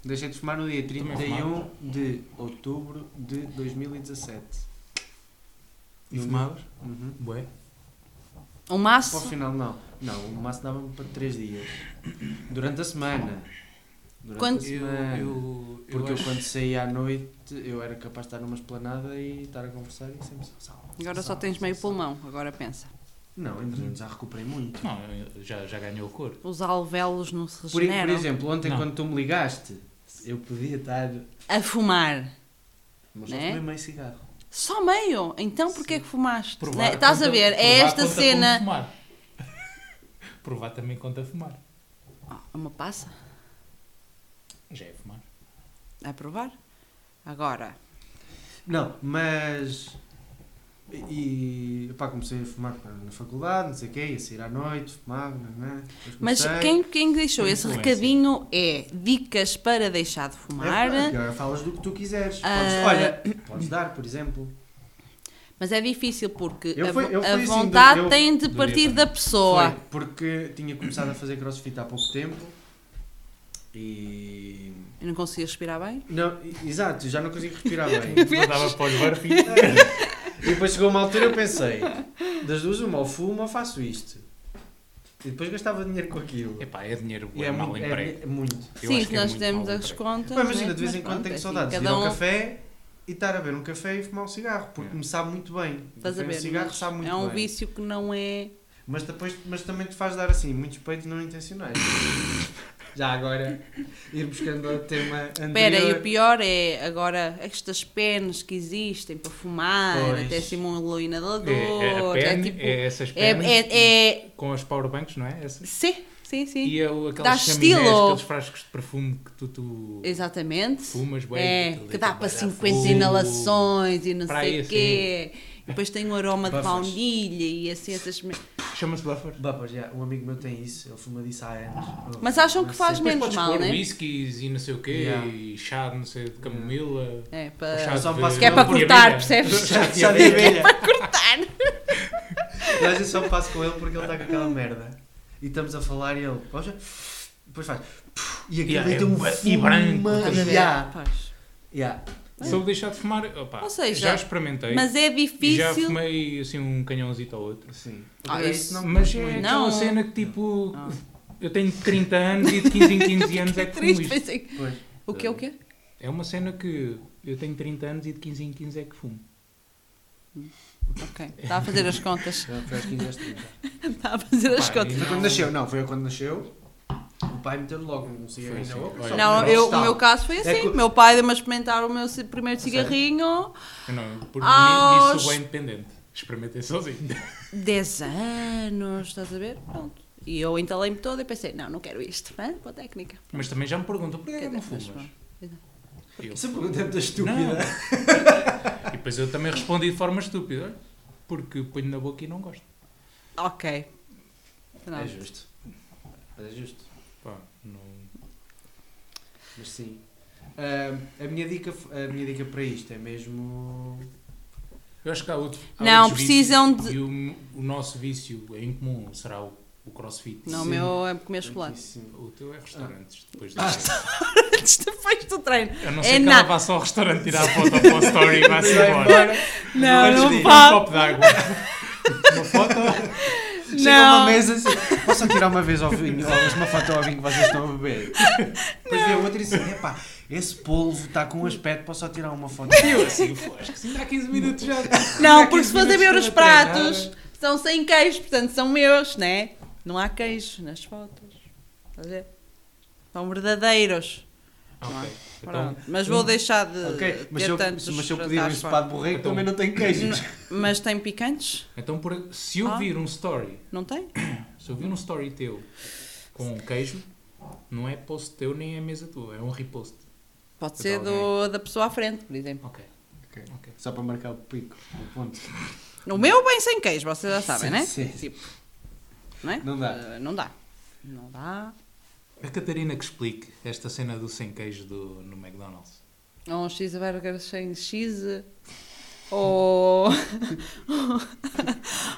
Deixei de fumar no dia
Também
31 de outubro de 2017.
E fumavas?
Uhum.
Bué.
Um
Para o
maço.
final, não. Não, o máximo dava-me para 3 dias. Durante a semana. Durante
Quando-
a
Eu,
semana.
eu, eu,
Porque eu,
acho-
quando saía à noite, eu era capaz de estar numa esplanada e estar a conversar e sempre sal, sal,
Agora só
sal,
tens
sal,
meio
sal.
pulmão, agora pensa.
Não, entretanto já recuperei muito.
Não, eu- já, já ganhou a cor.
Os alvéolos não se
Por, por
regeneram.
exemplo, ontem
Não.
quando tu me ligaste, eu podia estar...
a fumar.
Mas só
Né?
tomei meio cigarro.
Só meio? Então porquê que fumaste?
Provar
Né? Estás
conta-
a ver? É
provar
esta
conta como
cena.
Fumar. [laughs] provar também conta fumar.
Ah, uma passa?
Já é
[laughs]
fumar.
A provar? Agora.
Não, mas... E, e, pá, comecei a fumar pá, na faculdade, não sei o quê, ia sair à noite, fumava, não é? Depois
Mas
comecei.
quem, quem deixou esse
Influência.
recadinho é dicas para deixar de
É,
fumar.
verdade, agora falas do que tu quiseres.
Ah.
Podes- olha, podes dar, por exemplo.
Mas é difícil porque
Eu
a,
fui-
vo-
eu fui
a
assim,
vontade
eu-
tem de
do
partir
Newton.
da pessoa.
Foi, porque tinha começado a fazer crossfit há pouco tempo e.
Eu não conseguia respirar bem.
Não, e- exato, já não conseguia respirar bem.
Mandava para os barfinhos.
E depois chegou uma altura eu pensei: das duas, uma, ou fumo ou faço isto. E depois gastava dinheiro com aquilo.
Epá, é dinheiro
E é,
mal
muito,
emprego.
é, é muito.
Eu
Sim,
acho que é
nós
muito
temos
mau
as
emprego.
contas.
Mas imagina,
né?
de vez
Mas
em quando
pronto, é
tenho
assim,
saudades de ir
cada
ao
um-
café e estar a beber um café e fumar um cigarro, porque
Yeah.
me sabe muito bem.
Estás a
Um
ver?
cigarro
mas
sabe muito
é um
bem.
vício que não é.
Mas, depois, mas também te faz dar assim muitos peitos não [laughs] intencionais. Já agora, ir buscando o tema anterior.
Espera, e o pior é agora estas penas que existem para fumar,
Pois.
até assim simula o inador,
É, é a
é
pen, é,
tipo.
essas
É,
penas
é, é-
com as powerbanks, não é? Essas.
Sim, sim, sim.
E é o,
Dá
aquelas chaminés,
estilo.
aqueles frascos de perfume que tu, tu
Exatamente.
fumas, bué,
É,
tu
que dá para
deitas,
50
fumo.
inalações e não
Uh, Para
sei
aí,
o quê. E depois tem um aroma de
Buffers.
baunilha e assim essas. me-
Chama-se buffer.
Bah, pois, já, um amigo meu tem isso, ele fuma disso há anos.
Mas acham que faz
Sim.
menos
Podes
mal,
pôr
né?
whiskies e não sei o quê,
Yeah.
e chá, de não sei, de camomila.
É,
ou chá
para.
só
de-
faço-
Que é
de
para
abelha.
cortar, percebes?
[laughs] Já,
[laughs] de
já de
abelha.
abelha.
cortar.
E às vezes só passo com ele porque ele está com aquela merda. E estamos a falar e ele, poxa, depois faz. E aquilo
Yeah,
deita
é
um
bué- e
fumo,
branco,
mano,
estás a ver?
já.
Pois.
Já.
Sobre deixar de fumar, opa,
Ou seja,
já experimentei.
Mas é
E já
difícil.
fumei assim um canhãozito ou outro. assim.
Sim.
Ah,
Porque
esse-
não
Mas
curto
é
muito.
Não.
aquela cena que tipo.
Ah.
Eu tenho 30 anos e de 15 em
[laughs]
15 anos é que fumo
Triste,
isto.
pensei.
Pois.
O que é o quê?
É uma cena que eu tenho 30 anos e de 15 em 15 é que fumo.
Ok, está a fazer as
[laughs]
contas.
Já foi aos 15 aos 30.
Está a fazer as
Pá,
contas.
Foi
Não.
quando nasceu, não, foi quando nasceu. O pai meteu logo um cigarrinho na
Foi, assim.
boca.
sim.
só
Não,
para
eu, o
assustar.
meu caso foi assim.
É que-
Meu pai deu-me a experimentar o meu ci- primeiro
Sério?
cigarrinho.
Eu não, por mim,
Aos-
nisso é independente. Experimentei sozinho.
10 anos, estás a ver? Pronto. E eu entalei-me toda e pensei, não, não quero isto, né? com a técnica.
Mas também já me perguntam porquê que
Quer
não
dizer, mas
fumas? Eu,
Essa pergunta é muito estúpida.
e depois eu também respondi de forma estúpida. Olha, Porque ponho na boca e não gosto.
Ok. Pronto.
É justo. Mas é justo.
Pá, não.
Mas sim.
Ah, a, minha dica, a minha dica para isto é mesmo.
Eu acho que há outro. há
Não,
outros
precisam
vícios. E o, o nosso vício em comum será o, o crossfit.
Não, o
Sim.
meu é
[laughs]
comer chocolate.
Sim.
O teu é restaurantes. Depois
Ah,
disso.
Antes depois do treino.
Eu não
é
sei que
na-
ela vá só ao restaurante tirar a foto para o story e vai-se embora.
Não,
Antes de
não
ir, Um
vá.
copo de água. Uma foto.
Chega a uma
Não.
mesa assim. Posso tirar uma vez ao vinho, ou uma foto ao vinho que vocês estão a beber? Depois vê outra e diz assim: epá, esse polvo está com um aspecto, posso só tirar uma foto?
E eu
[laughs]
assim, pô, acho que sim, dá 15 minutos já.
Não,
Dá
porque
15
se fosse a
minutos
ver os
para treinar.
pratos, são sem queijo, portanto são meus, né? Não há queijo nas fotos. Estás a ver? São verdadeiros.
Ah, ok. Então,
Pronto. mas vou deixar de.
Ok, mas
ter
se eu,
tantos
mas se eu pedir um
jantares fora.
ensopado de borrego,
Então-
também não tenho queijos.
Mas tem picantes?
então por- se eu
Ah.
vir um story,
Não tem?
se eu vir um story teu com queijo, não é post teu nem é mesa tua, é um repost.
Pode
Mas
ser do, da pessoa à frente, por exemplo.
Ok.
[laughs] Ok.
Ok.
Só para marcar o pico, o ponto.
O meu bem sem queijo, vocês já sabem,
Sim,
né?
sim.
Tipo, né?
Não dá.
Eh, não dá. Não dá.
A Catarina que explique esta cena do sem queijo do, no McDonald's.
Ou um cheeseburger sem cheese. Ou... [laughs]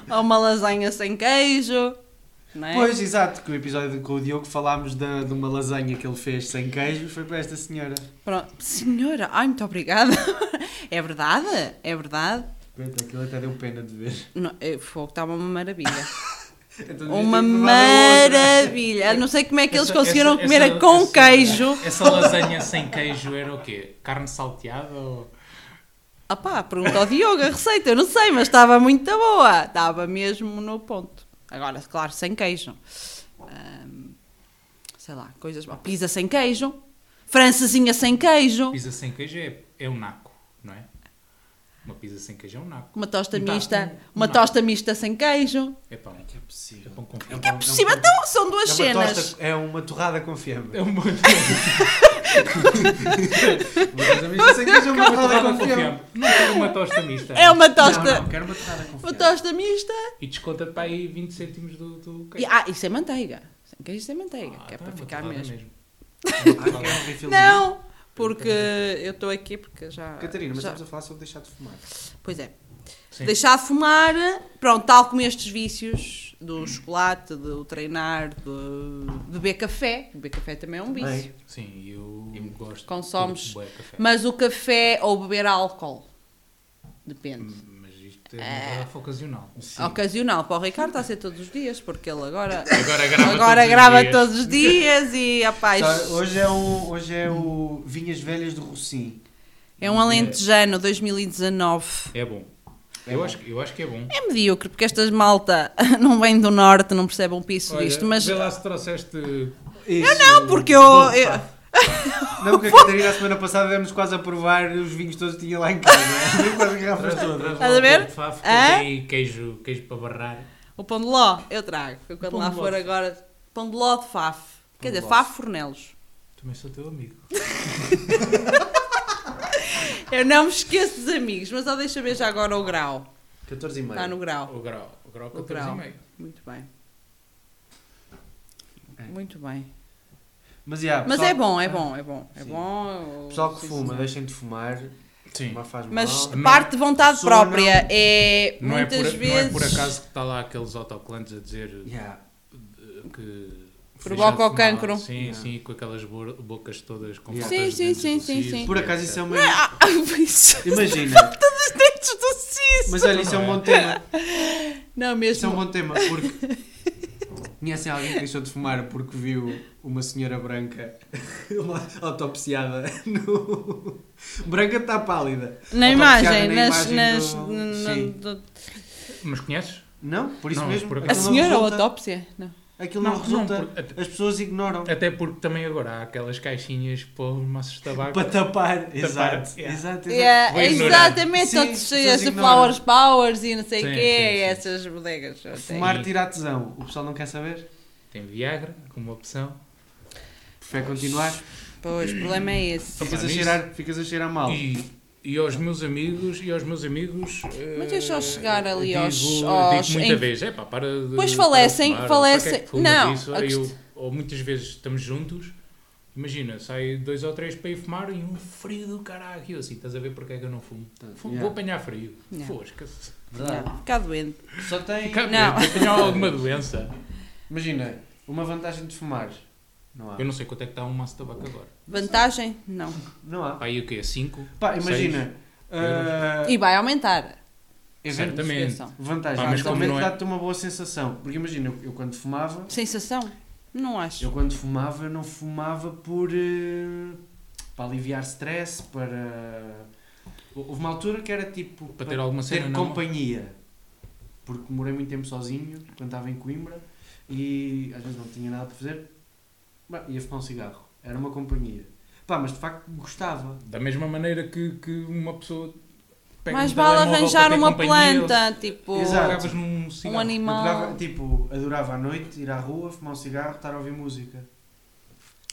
ou uma lasanha sem queijo. Não é?
Pois, exato, que o episódio com o Diogo falámos da- de, uma lasanha que ele fez sem queijos foi para esta senhora.
Pronto. Senhora, ai, muito obrigada. [laughs] é verdade, é verdade.
Aguenta, Aquilo até deu pena de ver. [laughs]
Não, eh, fogo, estava uma maravilha.
Então, devias
Uma
ter provado a outra.
maravilha! Eu não sei como é que eles
Essa-
conseguiram
essa-
comer
essa-
a com
essa-
queijo.
Essa lasanha sem queijo era o quê? Carne salteada ou.
Ah pá, pergunta ao Diogo a receita, eu não sei, mas estava muito boa. Estava mesmo no ponto. Agora, claro, sem queijo. Ahm, sei lá, coisas. boas. Pizza sem queijo, francesinha sem queijo,
Pizza sem queijo é, é um naco, não é? Uma pizza sem queijo é um naco.
uma tosta
Não dá,
mista,
não-
uma
não dá.
tosta mista sem queijo.
É pão.
É
É
possível.
pão com
É
queijo.
um pão-
Por cima, então, são duas
é uma
cenas.
tosta- é uma torrada com fiambre.
É uma
Uma coisa mista sem queijo é uma torrada
torrada
com
um com
fiambre.
fiambre. Não quero uma tosta mista.
É uma tosta.
Não, não, quero uma torrada com
Uma
fiambre.
tosta mista.
E desconta para aí 20 cêntimos do, do
E,
queijo.
ah, isso é manteiga. Sem queijo, isso é manteiga,
Ah,
que é para
então uma
ficar
torrada
mesmo.
É uma
Ah,
torrada.
quero um refil de-
Não, porque eu estou aqui porque já.
Catarina, mas
já-
estamos a falar sobre deixar de fumar.
Pois é.
Sim.
Deixar de fumar, pronto, tal como estes vícios do chocolate, do treinar, de beber café. Beber café também é um vício.
Bem,
Sim, eu gosto.
Consomes.
curto bué café.
Mas o café ou beber álcool. Depende.
Mas isto é uma garrafa ocasional.
Ocasional. Para o Ricardo está a ser todos os dias, porque ele agora. agora
Agora grava todos os
grava
dias.
todos os dias e, rapaz,
Só- Hoje é o, hoje é o Vinhas Velhas do Rocim.
é um alentejano 2019.
É bom.
É
eu,
bom.
Acho, que- eu acho que é bom.
É medíocre, porque estas malta [laughs] não vêm do norte, não percebem um piso
Olha,
disto, mas.
Vê lá se trouxeste.
Eu não,
Porque eu- eu,
Não, porque a Catarina, a semana passada, demos quase a provar os vinhos todos que tinha lá em casa.
[laughs]
Demos quase as garrafas todas.
Estás
a ver? Hã?
queijo, queijo para barrar.
O pão de ló, eu trago. Eu quando
pão
lá
de ló.
for agora. Pão de ló de faf. Quer
de
dizer,
ló.
faf fornelos.
Também sou teu amigo.
Eu não me esqueço dos amigos, mas só deixa ver já agora o grau.
14 e meio.
Está Tá no grau.
O grau, o grau
Oh. O grau.
14,5.
Muito bem.
É.
Muito bem.
Mas, yeah,
Mas
pessoal-
é bom, é bom, é bom. É
Sim.
bom. eu-
Pessoal que
sim,
fuma,
sim.
deixem de fumar.
Sim.
Fumar faz
Mas [laughs]
mal.
parte de vontade
Só não-
própria é
Não é, por,
muitas
não é
vezes.
por acaso que está lá aqueles autocolantes a dizer
Yeah.
eh, que.
Provoca
deixar de
o
fumar.
cancro.
Sim,
Yeah.
sim, com aquelas bo- bocas todas com
Yeah.
portas
Sim,
de
sim,
dentes
sim, sim,
do
sim.
Por
siso,
acaso isso é uma.
[laughs] Ah, isso.
Imagina.
Os dentes do siso.
Mas olha, isso é um bom tema.
Não,
Isso é
mesmo.
um bom tema porque.
[laughs]
Conhecem alguém que deixou de fumar porque viu uma senhora branca [laughs] uma autopsiada no. Branca está pálida.
Na
é Autopsiada
imagem,
na
nas. nas
imagem do-
na-
Sim.
do-
etc. Mas conheces?
Não, por isso
Não,
mesmo.
por
A
aquilo não
senhora ou a
resulta-
autópsia? Não.
Aquilo não,
Não, não,
resulta.
por- É até-
As pessoas ignoram.
Até porque também agora há aquelas caixinhas para os maços de tabaco.
Para tapar. Exato.
yeah.
Exato, exato.
Yeah,
Vou ignorar.
exatamente,
Sim,
todos cheias
pessoas ignoram.
de tipo, flowers powers e não sei o
Sim,
quê,
sim, sim.
essas bodegas. eu sei.
Fumar tira a tesão. O pessoal não quer saber?
Tem Viagra como opção.
Prefere continuar?
Pois, o problema é esse.
Sim.
Ficas a
nisso.
cheirar, ficas a cheirar mal.
E E aos meus amigos, e aos meus amigos. eh,
Mas deixa eu chegar ali
digo,
aos-
digo
aos-
muita
em-
vez, é pá, para de.
Pois
para de
falecem-
fumar,
falecem-
para que é que fumas
não,
isso?
a
Aí eu-
quest-
ou muitas vezes estamos juntos, imagina, sai dois ou três para ir fumar e um frio do caralho. Eu assim, estás a ver porque é que eu não fumo? Fumo,
Yeah.
Vou apanhar frio.
Yeah.
Fosca-se.
Verdade.
Não, ficar Um doente.
Só tem.
Acabei,
Não.
eu Tenho
[laughs]
alguma doença.
Imagina, uma vantagem de fumar. Não há.
Eu não sei quanto é que está um maço de tabaco agora.
Vantagem? Não.
Não há.
Pá, e o quê? 5?
Pá, imagina. ah,
E vai aumentar.
evento-
Certamente.
Sensação.
É Vantagem.
Pá, mas como
Realmente
não é-
dá-te uma boa sensação. Porque imagina, eu, eu quando fumava.
Sensação? Não acho.
Eu quando fumava, eu não fumava por. eh, para aliviar stress, para. Houve uma altura que era tipo.
Para ter alguma cena
ter
na
companhia. Porque morei muito tempo sozinho, quando estava em Coimbra, e às vezes não tinha nada para fazer. Bah, ia fumar um cigarro. Era uma companhia. Pá, mas de facto gostava.
Da mesma maneira que, que uma pessoa. pega
Mais
um
vale
telemóvel para
arranjar
ter
uma
companhia,
planta, tipo.
Exato.
Acabas num cigarro.
Um
Eu
animal.
pegava, tipo, adorava à noite ir à rua, fumar um cigarro, estar a ouvir música.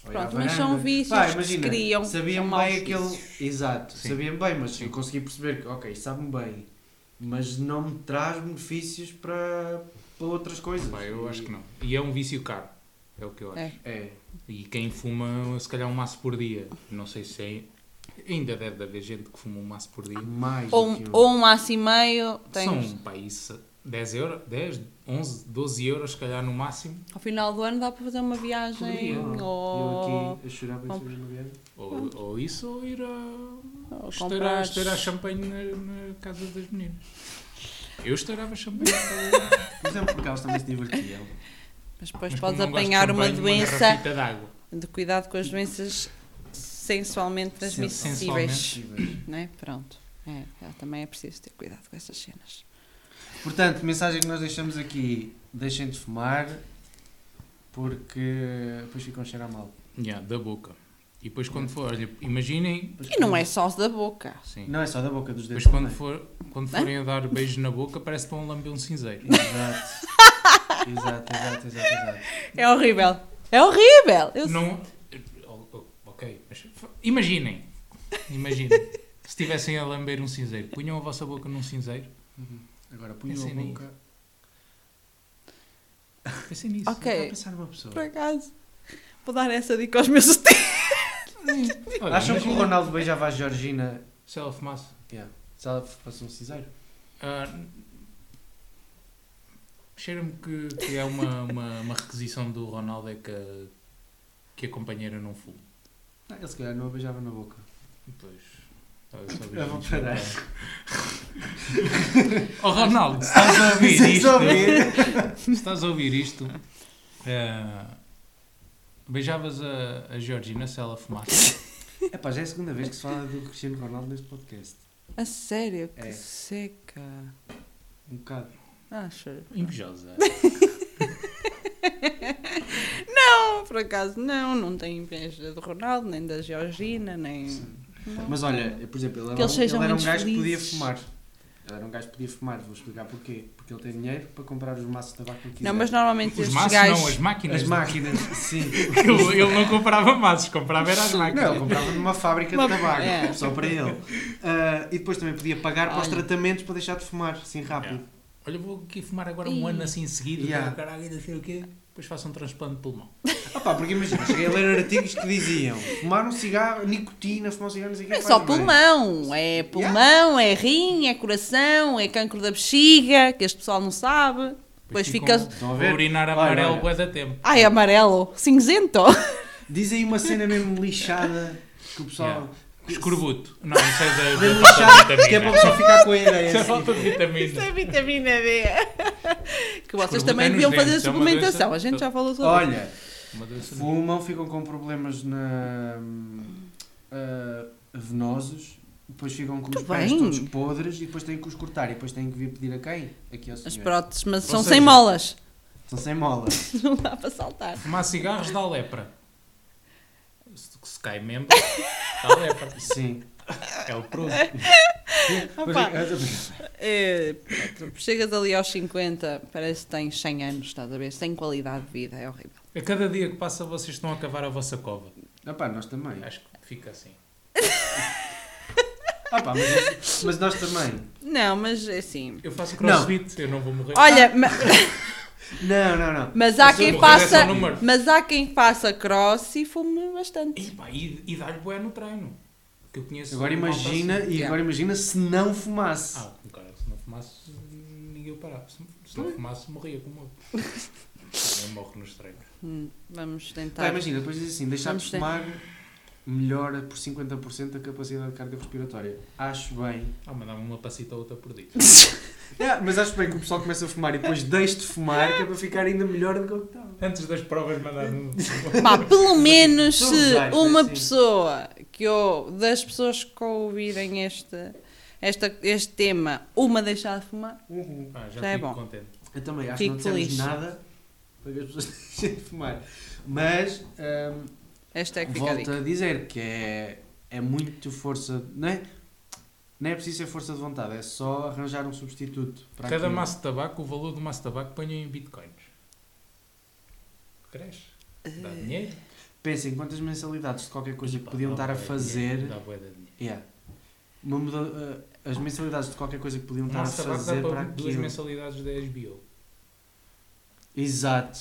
Ou ir à
Pronto, mas
varanda.
são vícios
Pá,
que se
imagina,
criam,
Sabiam
são
bem
maus
aquele. Exato,
Sim.
sabiam bem, mas
Sim.
eu consegui perceber que, ok, sabe-me bem, mas não me traz benefícios para, para outras coisas.
Pá, eu acho que não. E é um vício caro. É o que eu acho.
É.
É.
E quem fuma, se calhar, um maço por dia. Não sei se é. Ainda deve haver gente que fuma um maço por dia.
Mais
Ou,
do que um.
ou um maço e meio. Tens.
São, pá, isso. 10 euros, 10, 11, 12 euros, se calhar, no máximo.
Ao final do ano dá para fazer uma viagem.
Poderia. Eu
Ou, um
aqui a chorar para isso na viagem.
Ou, ou isso, ou ir a.
ou
Estourar,
comprar.
estourar champanhe na, na casa das meninas. Eu estourava champanhe na casa das meninas.
Por exemplo, porque elas também se
[laughs]
divertiam.
Mas depois
Mas
podes
como não gosto de
apanhar uma
champanhe,
doença
garrafita de água.
de cuidado com as doenças sensualmente transmissíveis. Não é? Pronto. É, já também é preciso ter cuidado com essas cenas.
Portanto, mensagem que nós deixamos aqui: deixem de fumar, porque depois ficam a cheirar mal.
Yeah, da boca. E depois quando for, olha, imaginem.
Depois um
E não
quando-
é só da boca.
Sim.
Não é só da boca dos dedos.
Depois quando,
também.
for, quando forem a dar beijos na boca, parece que estão a lamber um cinzeiro.
[laughs]
Exato. exato, exato, exato, exato.
É horrível. É horrível. Eu sei.
Não. oh, oh, Ok, mas fa- imaginem. Imaginem. Se estivessem a lamber um cinzeiro, punham a vossa boca num cinzeiro?
Uhum. Agora punham
Pensei
a boca.
Pensem nisso.
Está a
Ok,
pensar numa pessoa.
por acaso. Vou dar essa dica aos meus [laughs] estudantes.
Olha,
Acham que o
imaginem
Ronaldo beijava a Georgina
Se ela fumasse.
se ela fosse um cinzeiro?
Ah, Cheira-me que, que é uma, uma, uma requisição do Ronaldo é que a, que a companheira não fume.
Ah, ele se calhar não a beijava na boca.
Pois. Tá, eu só vejo
Eu vou
isto
parar.
[laughs] agora. oh, Ronaldo, se estás a ouvir
Vocês
isto.
ouviram?
se estás a ouvir isto. eh, beijavas a, a Georgina se ela fumasse.
É pá, já é a segunda vez que se fala do Cristiano Ronaldo neste podcast.
A sério, que
É.
seca.
Um bocado.
Acho.
Invejosa.
Não, por acaso não. Não tenho inveja do Ronaldo, nem da Georgina, nem. Não.
Mas olha, por exemplo, ele,
Que
era,
eles
um-
sejam
ele era um
menos
gajo que podia
felizes.
fumar. Ele era um gajo que podia fumar, vou explicar porquê. Porque ele tem dinheiro para comprar os maços de tabaco que quiser.
Não, mas normalmente
Os
estes
maços não, as
gajos.
máquinas.
As máquinas, sim.
Ele, ele não comprava maços, comprava era as máquinas.
[laughs] Não, ele comprava numa fábrica
Uma-
de tabaco,
é.
só para ele. Ah, e depois também podia pagar para os
Olha.
tratamentos para deixar de fumar, assim rápido.
Olha, vou aqui fumar agora um
Ih.
ano assim seguido,
Yeah.
yeah. caralho, não sei o quê. Depois faço um transplante de pulmão.
Ah pá, porque imagina, cheguei a ler artigos que diziam fumar um cigarro, nicotina, fumar um cigarro, não sei o quê,
É
faz
só
bem.
pulmão, é pulmão, é rim, é coração, é cancro da bexiga, que este pessoal não sabe. Depois fica.
Estão a
Vou
ver?
urinar
Olha,
amarelo,
olha.
bué da tempo.
Ai, amarelo, cinzento. [laughs]
Diz aí uma cena mesmo lixada que o pessoal.
Escorbuto. Não, isso é
Mesmo
da- da falta
lixada,
de
que é para o
vitamina.
pessoal ficar com a [laughs]
Isso
ideia.
é
assim.
falta de
Isso é
vitamina.
vitamina D. Que vocês
Escorbuto é
também
nos
deviam fazer a
dentes, é uma doença-
suplementação. A gente já falou sobre isso.
Olha,
Uma doença não.
fumam, ficam com problemas na, hum, ah, venosos, depois ficam com os
Muito
pés
bem.
todos podres e depois têm que os cortar e depois têm que vir pedir a quem? Aqui ao
Mas
senhor.
pronto, mas
Ou
são
seja-
sem molas. [laughs]
São sem mola.
Não dá para saltar.
Fumar cigarros dá lepra. Se, se
[laughs]
cai mesmo, dá lepra.
Sim.
É o prudo.
Mas,
Opa.
ah,
É, pronto, chegas ali aos 50, parece que tens 100 anos, estás a ver? Sem qualidade de vida, é horrível.
A cada dia que passa, vocês estão a cavar a vossa cova.
ah pá, nós também.
Acho que fica assim.
Ah pá, mas, mas nós também.
Não, mas é assim.
Eu faço crossfit, eu não vou morrer.
Olha,
[laughs]
ma-
Não, não, não.
mas há
mas eu
quem
vou fazer
faça.
só número.
Mas há quem faça cross e fume bastante.
E, pá, e, e dá-lhe bué no treino. Que eu conheço.
Agora
malta
imagina,
assim.
e agora imagina se não fumasse.
Ah, cara, se não fumasse, ninguém parava. Se, se não fumasse, morria como eu. Eu morro nos treinos.
Hum, Vamos
Pá,
tentar.
imagina, depois diz assim, deixar de
Vamos ter-
fumar melhora por 50% a capacidade cardiorrespiratória. Acho bem.
Ah, mandava uma passita ou outra por dia.
Ah, mas acho bem que o pessoal começa a fumar e depois deixe de fumar que é para ficar ainda melhor do que o que estava.
Antes das provas, mandava um.
Pá, pelo menos
Tu
se
usaste,
uma
assim.
pessoa que eu, das pessoas que ouvirem este, esta, este tema, uma deixar de fumar,
Ah, já
Já é
fico
bom.
contente.
Eu também acho
Fico
que não dissemos
feliz.
nada para que as pessoas [laughs] deixem de fumar. Mas hum,
esta é que fica a
Volto
dica.
a dizer que é, é muito força, não é?
não é preciso ser força de vontade, é só arranjar um substituto para
Cada
aquilo.
maço de tabaco, o valor do maço de tabaco, ponham em bitcoins. Cresce. Dá
Eh.
dinheiro.
Pensem quantas mensalidades de qualquer coisa que
Pá,
podiam
dá
estar a
bué
fazer.
dinheiro, Dá bué de dinheiro.
Yeah. Uma muda- ah, as mensalidades de qualquer coisa que podiam
Um
estar a
maço de tabaco dá
fazer
para,
para
duas
aquilo.
mensalidades da HBO.
Exato.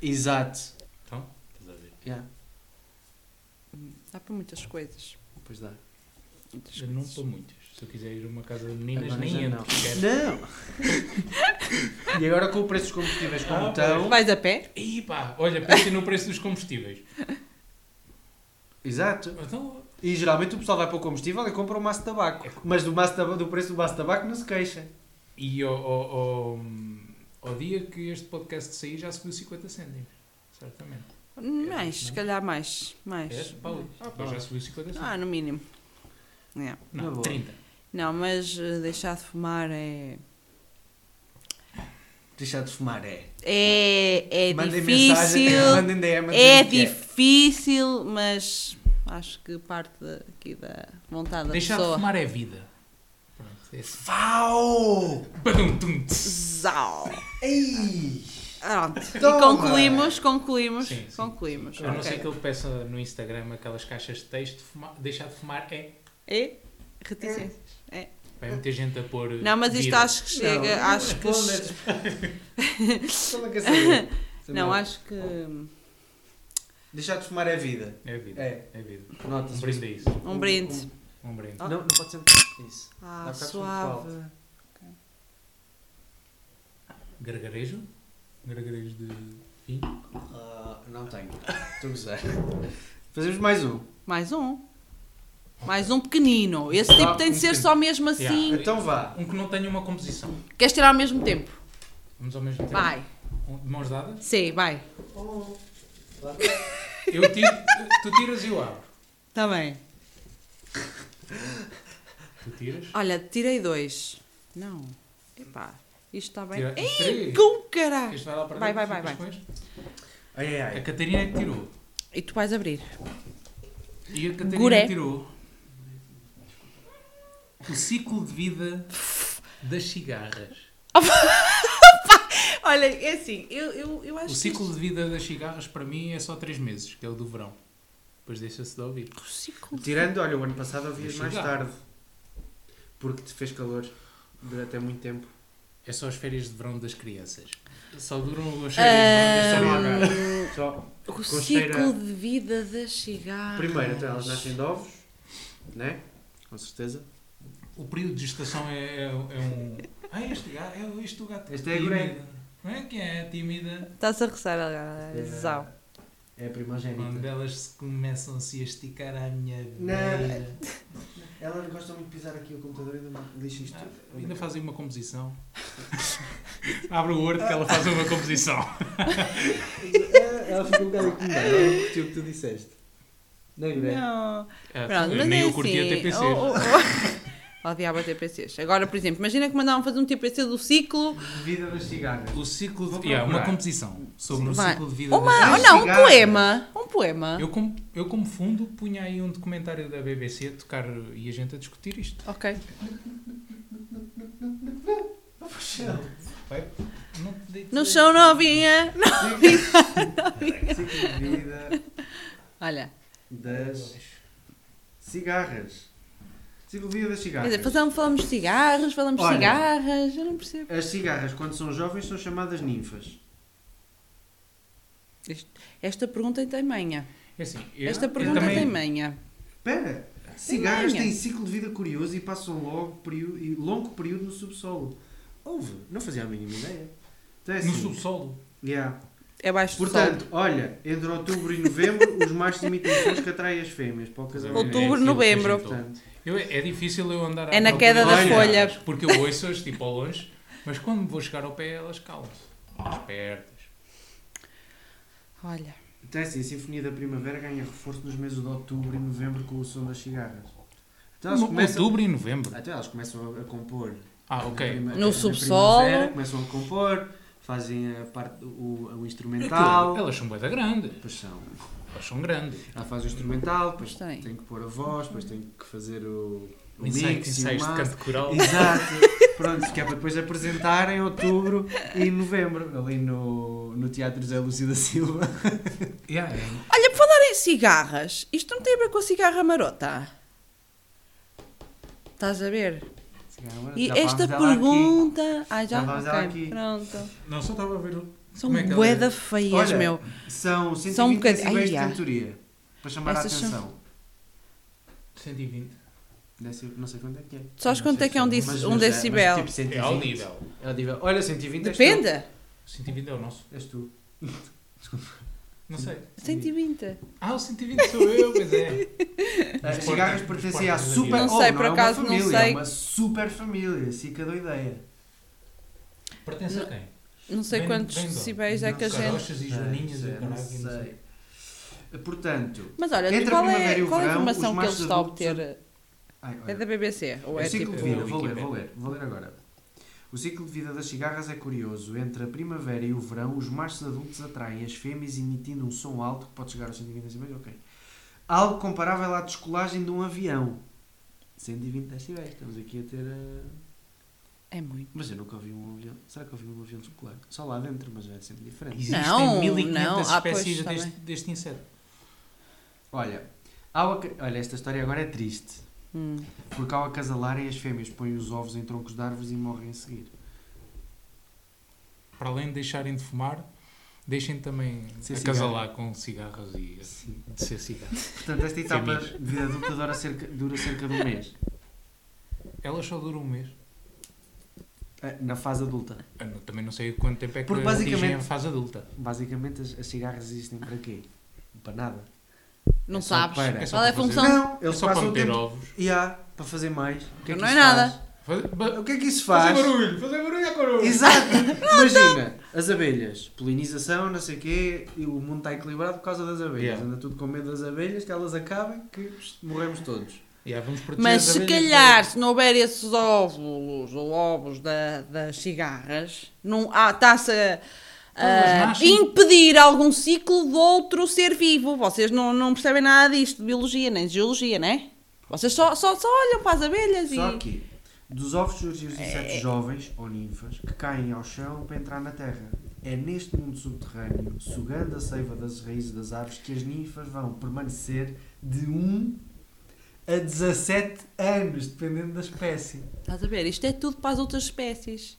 Exato.
Então, estás a ver.
Yeah.
Dá para muitas coisas.
Pois dá.
Muitas
Eu não
coisas.
para muitos. Se eu quiser ir a uma casa de meninas,
Agora já
nem entro.
não.
esquece.
Não! [laughs] e agora com o preço dos combustíveis como
Ah,
estão.
Vais a pé?
Ih pá, olha, pensem no preço dos combustíveis.
Exato.
Então,
E geralmente o pessoal vai para o combustível e compra um maço de
É
tabaco. Mas do, maço de taba- do preço do maço de tabaco não se queixa.
e ao, ao- ao- ao dia que este podcast sair já subiu 50 cêntimos. Certamente.
Mais, se
não?
calhar mais. mais.
É, Paulo,
pá.
já subiu 50 cêntimos.
Ah, no mínimo. É.
na boa.
não, 30.
Não, mas eh, deixar de fumar é.
Deixar de fumar é.
É, é
Mandem
difícil.
mensagem, mandem DM. a dizer
É
que
difícil, mas acho que parte da- aqui da vontade da
Deixar de
pessoa.
fumar é vida. Pronto, é [laughs] assim.
Fau!
Badum, tum, tss.
Zau!
Ei!
Pronto.
Toma!
E concluímos, concluímos,
Sim, sim.
concluímos.
A não
Ok.
ser que ele peça no Instagram aquelas caixas de texto, fuma- deixar de fumar é.
É? Reticência.
Vai muita gente a pôr. eh,
Não, mas isto
vida.
acho que chega.
Não, né?
acho que. [laughs]
Como é que é saber?
Não,
Saber.
acho que. um
Deixar de fumar é vida.
É vida.
É.
É, vida. Um
Nota-se.
brinde a isso.
Um brinde.
Um brinde.
Não, não pode ser isso.
Ah,
Dá cá
suave.
tudo
Gargarejo? Gargarejo de vinho?
Ah, não tenho. Estou a gozar. Fazemos mais um.
Mais um. Mais um pequenino. Esse tipo
Ah,
tem de
um
ser só mesmo assim.
Yeah.
Então vá.
Um que não tenha uma composição.
Queres tirar ao mesmo tempo?
Vamos ao mesmo tempo.
Vai.
Um- De mãos dadas?
Sim, vai.
Eu tiro, tu tiras e eu abro.
Tá bem.
Tu tiras.
Olha, tirei dois. Não. Epá, isto está bem.
Tira-
Ei,
três.
com caralho!
Este vai lá para
Vai,
dentro,
vai, vai,
ficas com este.
Ai, ai,
A
ai.
Catarina é que tirou.
E tu vais abrir.
E a Catarina
Guré.
tirou o ciclo de vida das cigarras.
Olha, é assim, eu, eu, eu acho
O ciclo de vida das cigarras para mim é só 3 meses, que é o do verão. Depois deixa-se de ouvir.
que isto- O ciclo de-
Tirando, olha, o ano passado ouvias
Deixa
mais
eu dar.
tarde. Porque te fez calor durante muito tempo.
É só as férias de verão das crianças. Só duram as férias de verão é das crianças.
Ahm,
Só,
O
Com
ciclo
cheira-
de vida das cigarras.
primeiro, então elas nascem de ovos, né? Com certeza.
O período de gestação é, é- é um. Ah, este gato, é este o gato.
Este é
tímido.
Guré.
Como é que é? Tímida.
Estás a roçar agora. Zau.
É a
Quando
primogênita.
elas se começam -se a esticar à minha
Não.
beira.
Ela gosta muito de pisar aqui o computador e ainda lixa isto.
Ah, ainda fazem uma composição. Abre o Word que ela faz uma composição.
Ela ficou um bocado incomodada. Ela não curtiu o que tu disseste. Não é, Guilherme?
Não.
Ah,
Pronto, mas
nem
é
eu curti
assim.
a TPC.
Oh, oh, [laughs] oh. Odiava TPCs. Agora, por exemplo, imagina que mandavam fazer um TPC do ciclo.
Vida das cigarras.
O ciclo
Vou
de yeah, uma
procurar.
composição sobre o
Vai.
ciclo de vida das
Uma,
das
oh, não, um
cigarras.
poema. Um poema.
Eu como, eu como fundo punha aí um documentário da BBC a tocar e a gente a discutir isto.
Ok.
Não te dei-
No chão novinha.
Ciclo de vida
Olha,
das cigarras. Tipo, o dia das
Quer
cigarras.
é
dizer, falamos, falamos de cigarros, falamos de
Olha.
cigarras, eu não percebo.
As cigarras, quando são jovens, são chamadas ninfas.
Isto- Esta pergunta tem manha.
É assim, eu-
Esta
eu
pergunta é
também-
tem manha.
Espera! Cigarras
manha.
têm ciclo de vida curioso e passam logo período, e longo período no subsolo. Houve, não fazia a mínima ideia. Então, é
No
assim,
subsolo.
yeah.
É baixo do
Portanto, olha, entre outubro e novembro, os machos emitem sons que atraem as fêmeas para o casamento.
Outubro,
aquilo que
novembro.
a gente ouve.
Portanto,
Eu- é difícil eu andar à
É na
procura
queda
da
das
folha.
gajas, Porque eu ouço-as tipo ao longe, mas quando vou chegar ao pé elas calam-se. Espertas.
sol. Olha,
então é assim, a Sinfonia da Primavera ganha reforço nos meses de outubro e novembro com o som das cigarras. Então elas
No-
começam,
Outubro e novembro.
até elas começam a- a compor
Ah,
Na
ok.
prima-
No
na
subsolo.
primavera, Começam a compor, fazem a parte, o, o
É
Aquilo,
instrumental.
elas são boeda grandes.
Depois são.
Elas são grandes.
Ela faz o instrumental, depois
Gostei.
tem. que pôr a voz, depois tem que fazer o, o
Ensaios,
mix e o
ensaios de
master.
canto coral.
Exato. Pronto, que é para depois apresentar em outubro e em novembro, ali no, no Teatro José Lúcio da Silva.
Yeah, é.
olha, por falar em cigarras, isto não tem a ver com a cigarra marota. Estás a ver? E
Já falámos
esta
dela aqui.
pergunta. Ai, já?
Já falámos dela
Ok,
aqui.
pronto.
Não, só estava a ver o.
São
Como é que ela
boeda
é?
feias,
Olha,
meu.
São 120
São um bocadinho-
decibéis de
Ai, já.
cantoria, para chamar
Essas
a
são-
atenção.
120.
Deve ser- não sei quanto é que é.
Sabes
Não
quanto
sei
é que é um
se-
deci-
mas-
um
mas é- mas
decibel?
tipo
É ao
120.
nível.
É ao nível. Olha, 120 és tu.
Depende.
120 é o nosso.
És tu.
Não sei.
120.
Ah, o 120 sou eu, pois é.
As cigarras pertencem à super
Não sei,
oh,
por
é uma
acaso, não
família,
sei.
É uma super família, fica da ideia.
Pertence a quem?
Não sei
Vem-
quantos
vem de onde?
decibéis é
Não
que a
sei.
gente.
Carochas e joaninhas e
Sei,
o caralho.
não
não sei.
sei. Portanto,
Mas olha,
Entre a
qual
primavera
é
e o
qual é a
verão, os
informação que
machos
eles estão a
adultos
obter?
ai,
É
olha,
da BBC? Ou é
o ciclo
tipo.
de
tipo-
vida, vou ler,
Wikipedia.
vou ler, vou ler agora. O ciclo de vida das cigarras é curioso. Entre a primavera e o verão, os machos adultos atraem as fêmeas emitindo um som alto que pode chegar aos 120 decibéis, ok. Algo comparável à descolagem de um avião. 120 decibéis, estamos aqui a ter eh, a...
É muito.
Mas eu nunca ouvi um avião. Será que ouvi um avião descolar? Só lá dentro, mas é sempre diferente.
Existem
Não,
1500
não. Ah, pois,
espécies
está
deste, deste inseto.
Olha, ao aca- olha, esta história agora é triste.
Hum.
Porque ao acasalarem, as fêmeas põem os ovos em troncos de árvores e morrem a seguir.
Para além de deixarem de fumar, deixem também
Ser
acasalar com cigarros e
Sim.
de ser cigarro.
Portanto, esta etapa de vida adulta dura cerca, dura cerca de um mês.
Elas só duram um mês.
Eh, Na fase adulta.
Eu não- também não sei quanto tempo é que
Porque
atingem
basicamente-
a fase adulta.
Basicamente, as, as cigarras existem para quê? Para nada.
Não
É só
sabes.
para- é
só
Qual é a
para fazer.
função?
Não,
É
eles
só para
passam o
meter
tempo...
ovos.
E há, para fazer mais. O que é que
Não é
isso
nada.
faz?
Fazer, ba-
O que é que isso
fazer
faz?
barulho, fazer barulho é à
[laughs]
coroa.
Exato!
então-
Imagina, as abelhas, polinização, não sei o quê, e o mundo está equilibrado por causa das abelhas.
Yeah.
Anda tudo com medo das abelhas, que elas acabem, que pss, morremos todos.
Yeah, vamos proteger
Mas
as
se
abelhas.
calhar, se não houver esses óvulos ou ovos da, das cigarras, não há- está-se
Então,
a,
Elas
a
nascem.
impedir algum ciclo de outro ser vivo. Vocês não, não percebem nada disto de biologia nem de geologia, não é? Vocês só, só, só olham para as abelhas
Só
e. É.
que, dos ovos surgem os insetos jovens, ou ninfas, que caem ao chão para entrar na terra. É neste mundo subterrâneo, sugando a seiva das raízes das árvores, que as ninfas vão permanecer de 1 a 17 anos, dependendo da espécie.
Estás a ver? Isto é tudo para as outras espécies.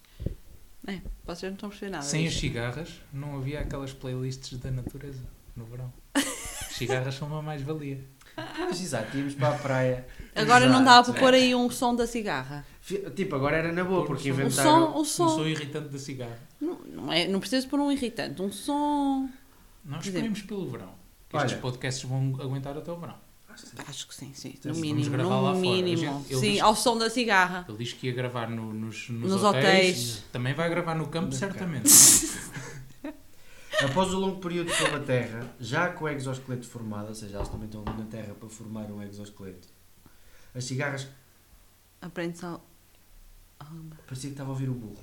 É, vocês não estão a perceber nada.
Sem as
disto.
cigarras, não havia aquelas playlists da natureza
[laughs]
no verão. cigarras são uma mais-valia.
Ah, Mas exato, íamos para a praia.
Agora não dava para
Exato.
pôr aí um som da cigarra.
Fi- Tipo, agora era na boa, porque
O som-
O
inventaram.
som, o
Um
som.
som irritante da cigarra.
Não, não, é, não precisas pôr um irritante, um som.
Nós
Por exemplo.
esperemos pelo verão. que
Olha.
Estes podcasts vão aguentar até o verão.
Acho que sim, sim. No
Vamos
mínimo,
gravar lá
no
fora.
mínimo.
Gente, eu
sim,
disse-
ao som da cigarra.
Ele diz que ia gravar no- nos, nos,
Nos
hotéis.
hotéis.
Também vai gravar no campo,
No
certamente.
Após o longo período sob a Terra, já com o exoesqueleto formado, ou seja, elas também estão ali na Terra para formar um exoesqueleto. As cigarras.
Aprende só.
Parecia que estava a ouvir o burro.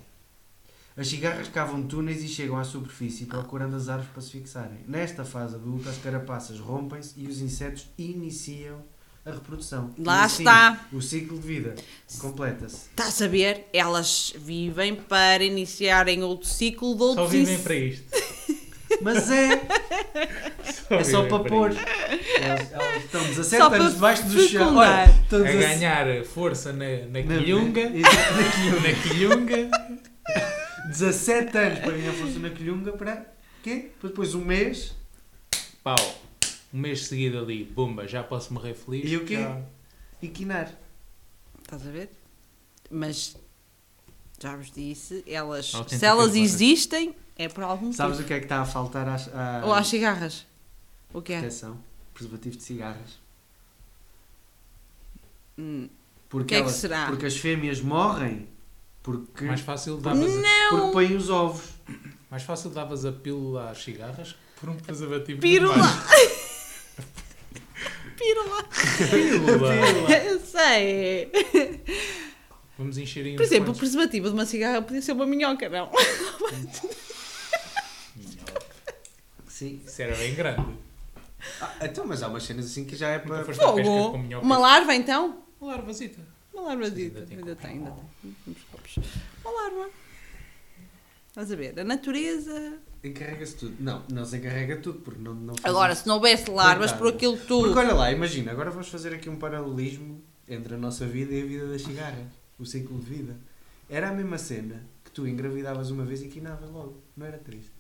As cigarras cavam túneis e chegam à superfície, procurando as árvores para se fixarem. Nesta fase adulta, as carapaças rompem-se e os insetos iniciam a reprodução.
Lá
E assim,
está.
O ciclo de vida completa-se.
Está Tá a saber? Elas vivem para iniciarem outro ciclo de outro
Só vivem para isto.
Mas é, é só para pôr. Elas, elas estão 17
Só para
anos debaixo do chão.
fecundar.
Olha, estão
A
17
ganhar força na, na
na-
quilhunga.
Exato, na
Na quilhunga.
17 anos para ganhar força na quilhunga para quê? Para depois um mês
Pau. Um mês seguido ali, bomba, já posso morrer feliz.
E o quê?
Já.
e quinar.
Estás a ver? Mas já vos disse, elas,
Autênticas
se elas
donas.
existem, é por algum
Sabes
motivo.
o que é que está a faltar às, à
Ou às cigarras. O que é?
proteção? Preservativo de cigarras.
Hum,
Porque,
que é que
elas-
será?
porque as fêmeas morrem porque,
Mais fácil davas,
porque
Não!
põem os ovos.
mais fácil davas a pílula às cigarras que por um preservativo. [laughs]
Pílula.
normal.
Pílula! [laughs]
Pílula.
Eu sei!
Vamos encher aí
Por
uns
exemplo, o
quantos.
preservativo de uma cigarra podia ser uma minhoca, não?
Sim.
Isso era bem grande.
Ah, então, mas há umas cenas assim que já é
Nunca
para.
foste à pesca
Fogo!
com minhoca.
Uma larva então?
Uma larvazita.
Uma larva
Sim, ainda
ainda
tem
tem, ainda tem. Uns copos. Uma larva. Estás a ver? A natureza.
Encarrega-se tudo. Não, não se encarrega tudo porque não, não faz
Agora, se não houvesse larvas por
Coitado.
aquilo
Porque
tudo.
olha lá, imagina, agora vamos fazer aqui um paralelismo entre a nossa vida e a vida das cigarras, o ciclo de vida. Era a mesma cena que tu engravidavas uma vez e quinavas logo, não era triste?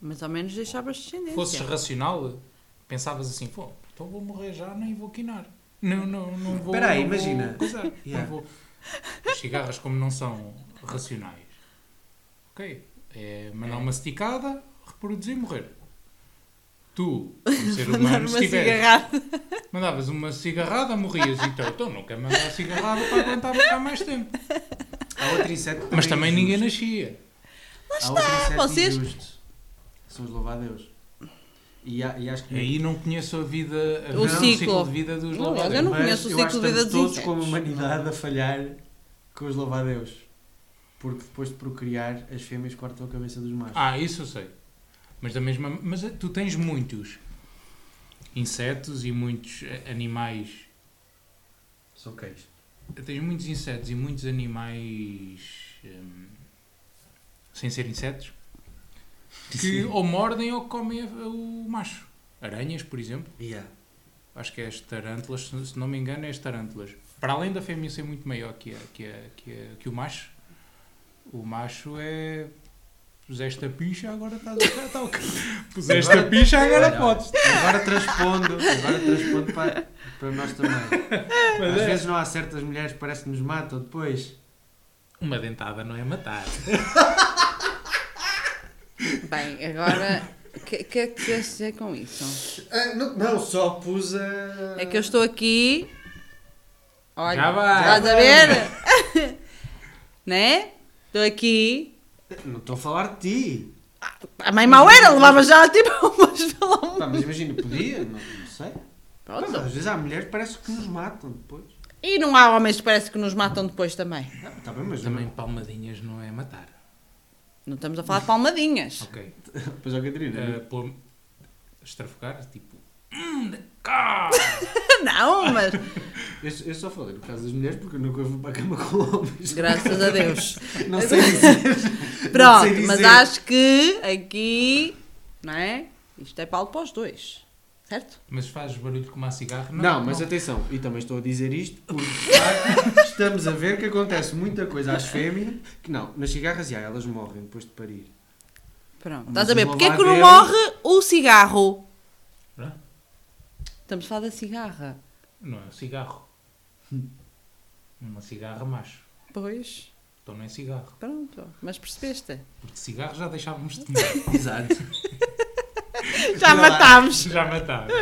Mas ao menos deixavas
Fosses
descendência.
racional, pensavas assim, pô, então vou morrer já, nem vou quinar. Não, não, não vou.
Espera aí,
não vou
imagina. [laughs]
coisar,
Yeah.
Não vou. As cigarras, como não são racionais, ok, é mandar uma esticada, reproduzir e morrer.
[laughs]
Tu, como ser
Mandar uma
humano, se tiveres
cigarrada.
Mandavas uma cigarrada, morrias e tal. Então nunca mandar cigarrada para aguentar ficar mais tempo.
[laughs]
Há outro inseto
Mas também
injusto.
ninguém nascia.
Há outro inseto
vocês-
injusto. Somos louvadeus. E, há- e acho que. é
E aí não conheço a vida, a
O
vida-
ciclo.
ciclo de vida dos
Não,
louvadeus.
eu não
Mas
conheço o
eu
ciclo
acho
de
que
vida
estamos
dos
todos
insetos.
como humanidade a falhar com os louvadeus. Porque depois de procriar, as fêmeas cortam a cabeça dos machos.
Ah, isso eu sei. Mas da mesma, mas é, tu tens muitos insetos e muitos eh, animais.
São cães.
Tens muitos insetos e muitos animais hum, sem ser insetos que
Sim.
ou mordem ou comem a- o macho. Aranhas, por exemplo.
Yeah.
Acho que é as tarântulas, se- se não me engano, é as tarântulas. Para além da fêmea ser muito maior que, a, que, a, que, a- que o macho, o macho é. Puseste a picha, agora estás a tá
[laughs]
ok. Puseste a picha, agora
Olha,
podes.
Agora transpondo, agora transpondo para, para nós também.
Mas
Às
é.
vezes não há certas mulheres que parece que nos matam depois.
Uma dentada não é matar.
[laughs] Bem, agora. O que, que é que queres dizer com isso?
Ah, não, só pus a.
É que eu estou aqui. Olha,
Já vai.
estás a ver? [laughs] né? Estou aqui.
Não estou a falar de ti.
A mãe mau era, levava já [laughs] tipo umas pela mão.
Pá, Tá, mas imagina, podia, não, não sei. Mas
Pronto.
às vezes há mulheres que parece que nos matam depois.
E não há homens que parece que nos matam depois também.
Ah, tá bem, mas
Também palmadinhas não é matar.
Não estamos a falar de palmadinhas. [laughs]
Ok.
Pois ó, Catarina.
Uh, Pôr. Estrafogar, tipo. Hum, de cá!
Não, mas
Eu, eu só falei no caso das mulheres porque eu nunca fui para a cama com homens.
graças a Deus.
Não sei dizer. Não sei
Pronto,
dizer.
mas acho que aqui, não é? Isto é palo para os dois, certo?
Mas fazes barulho como a cigarra? é?
Não, mas atenção, e também estou a dizer isto porque de facto, estamos a ver que acontece muita coisa às fêmeas que não, nas cigarras já elas morrem depois de parir.
Pronto,
Mas
estás a ver?
o
Porquê é que não
lavadeiro-
morre o cigarro?
Hã?
Estamos a falar da cigarra.
Não é um cigarro.
Hum.
Uma cigarra macho.
Pois,
Então não é cigarro.
pronto,
[laughs]
mas percebeste?
Porque cigarro já deixávamos de tomar.
Exato.
Já matámos.
já matámos.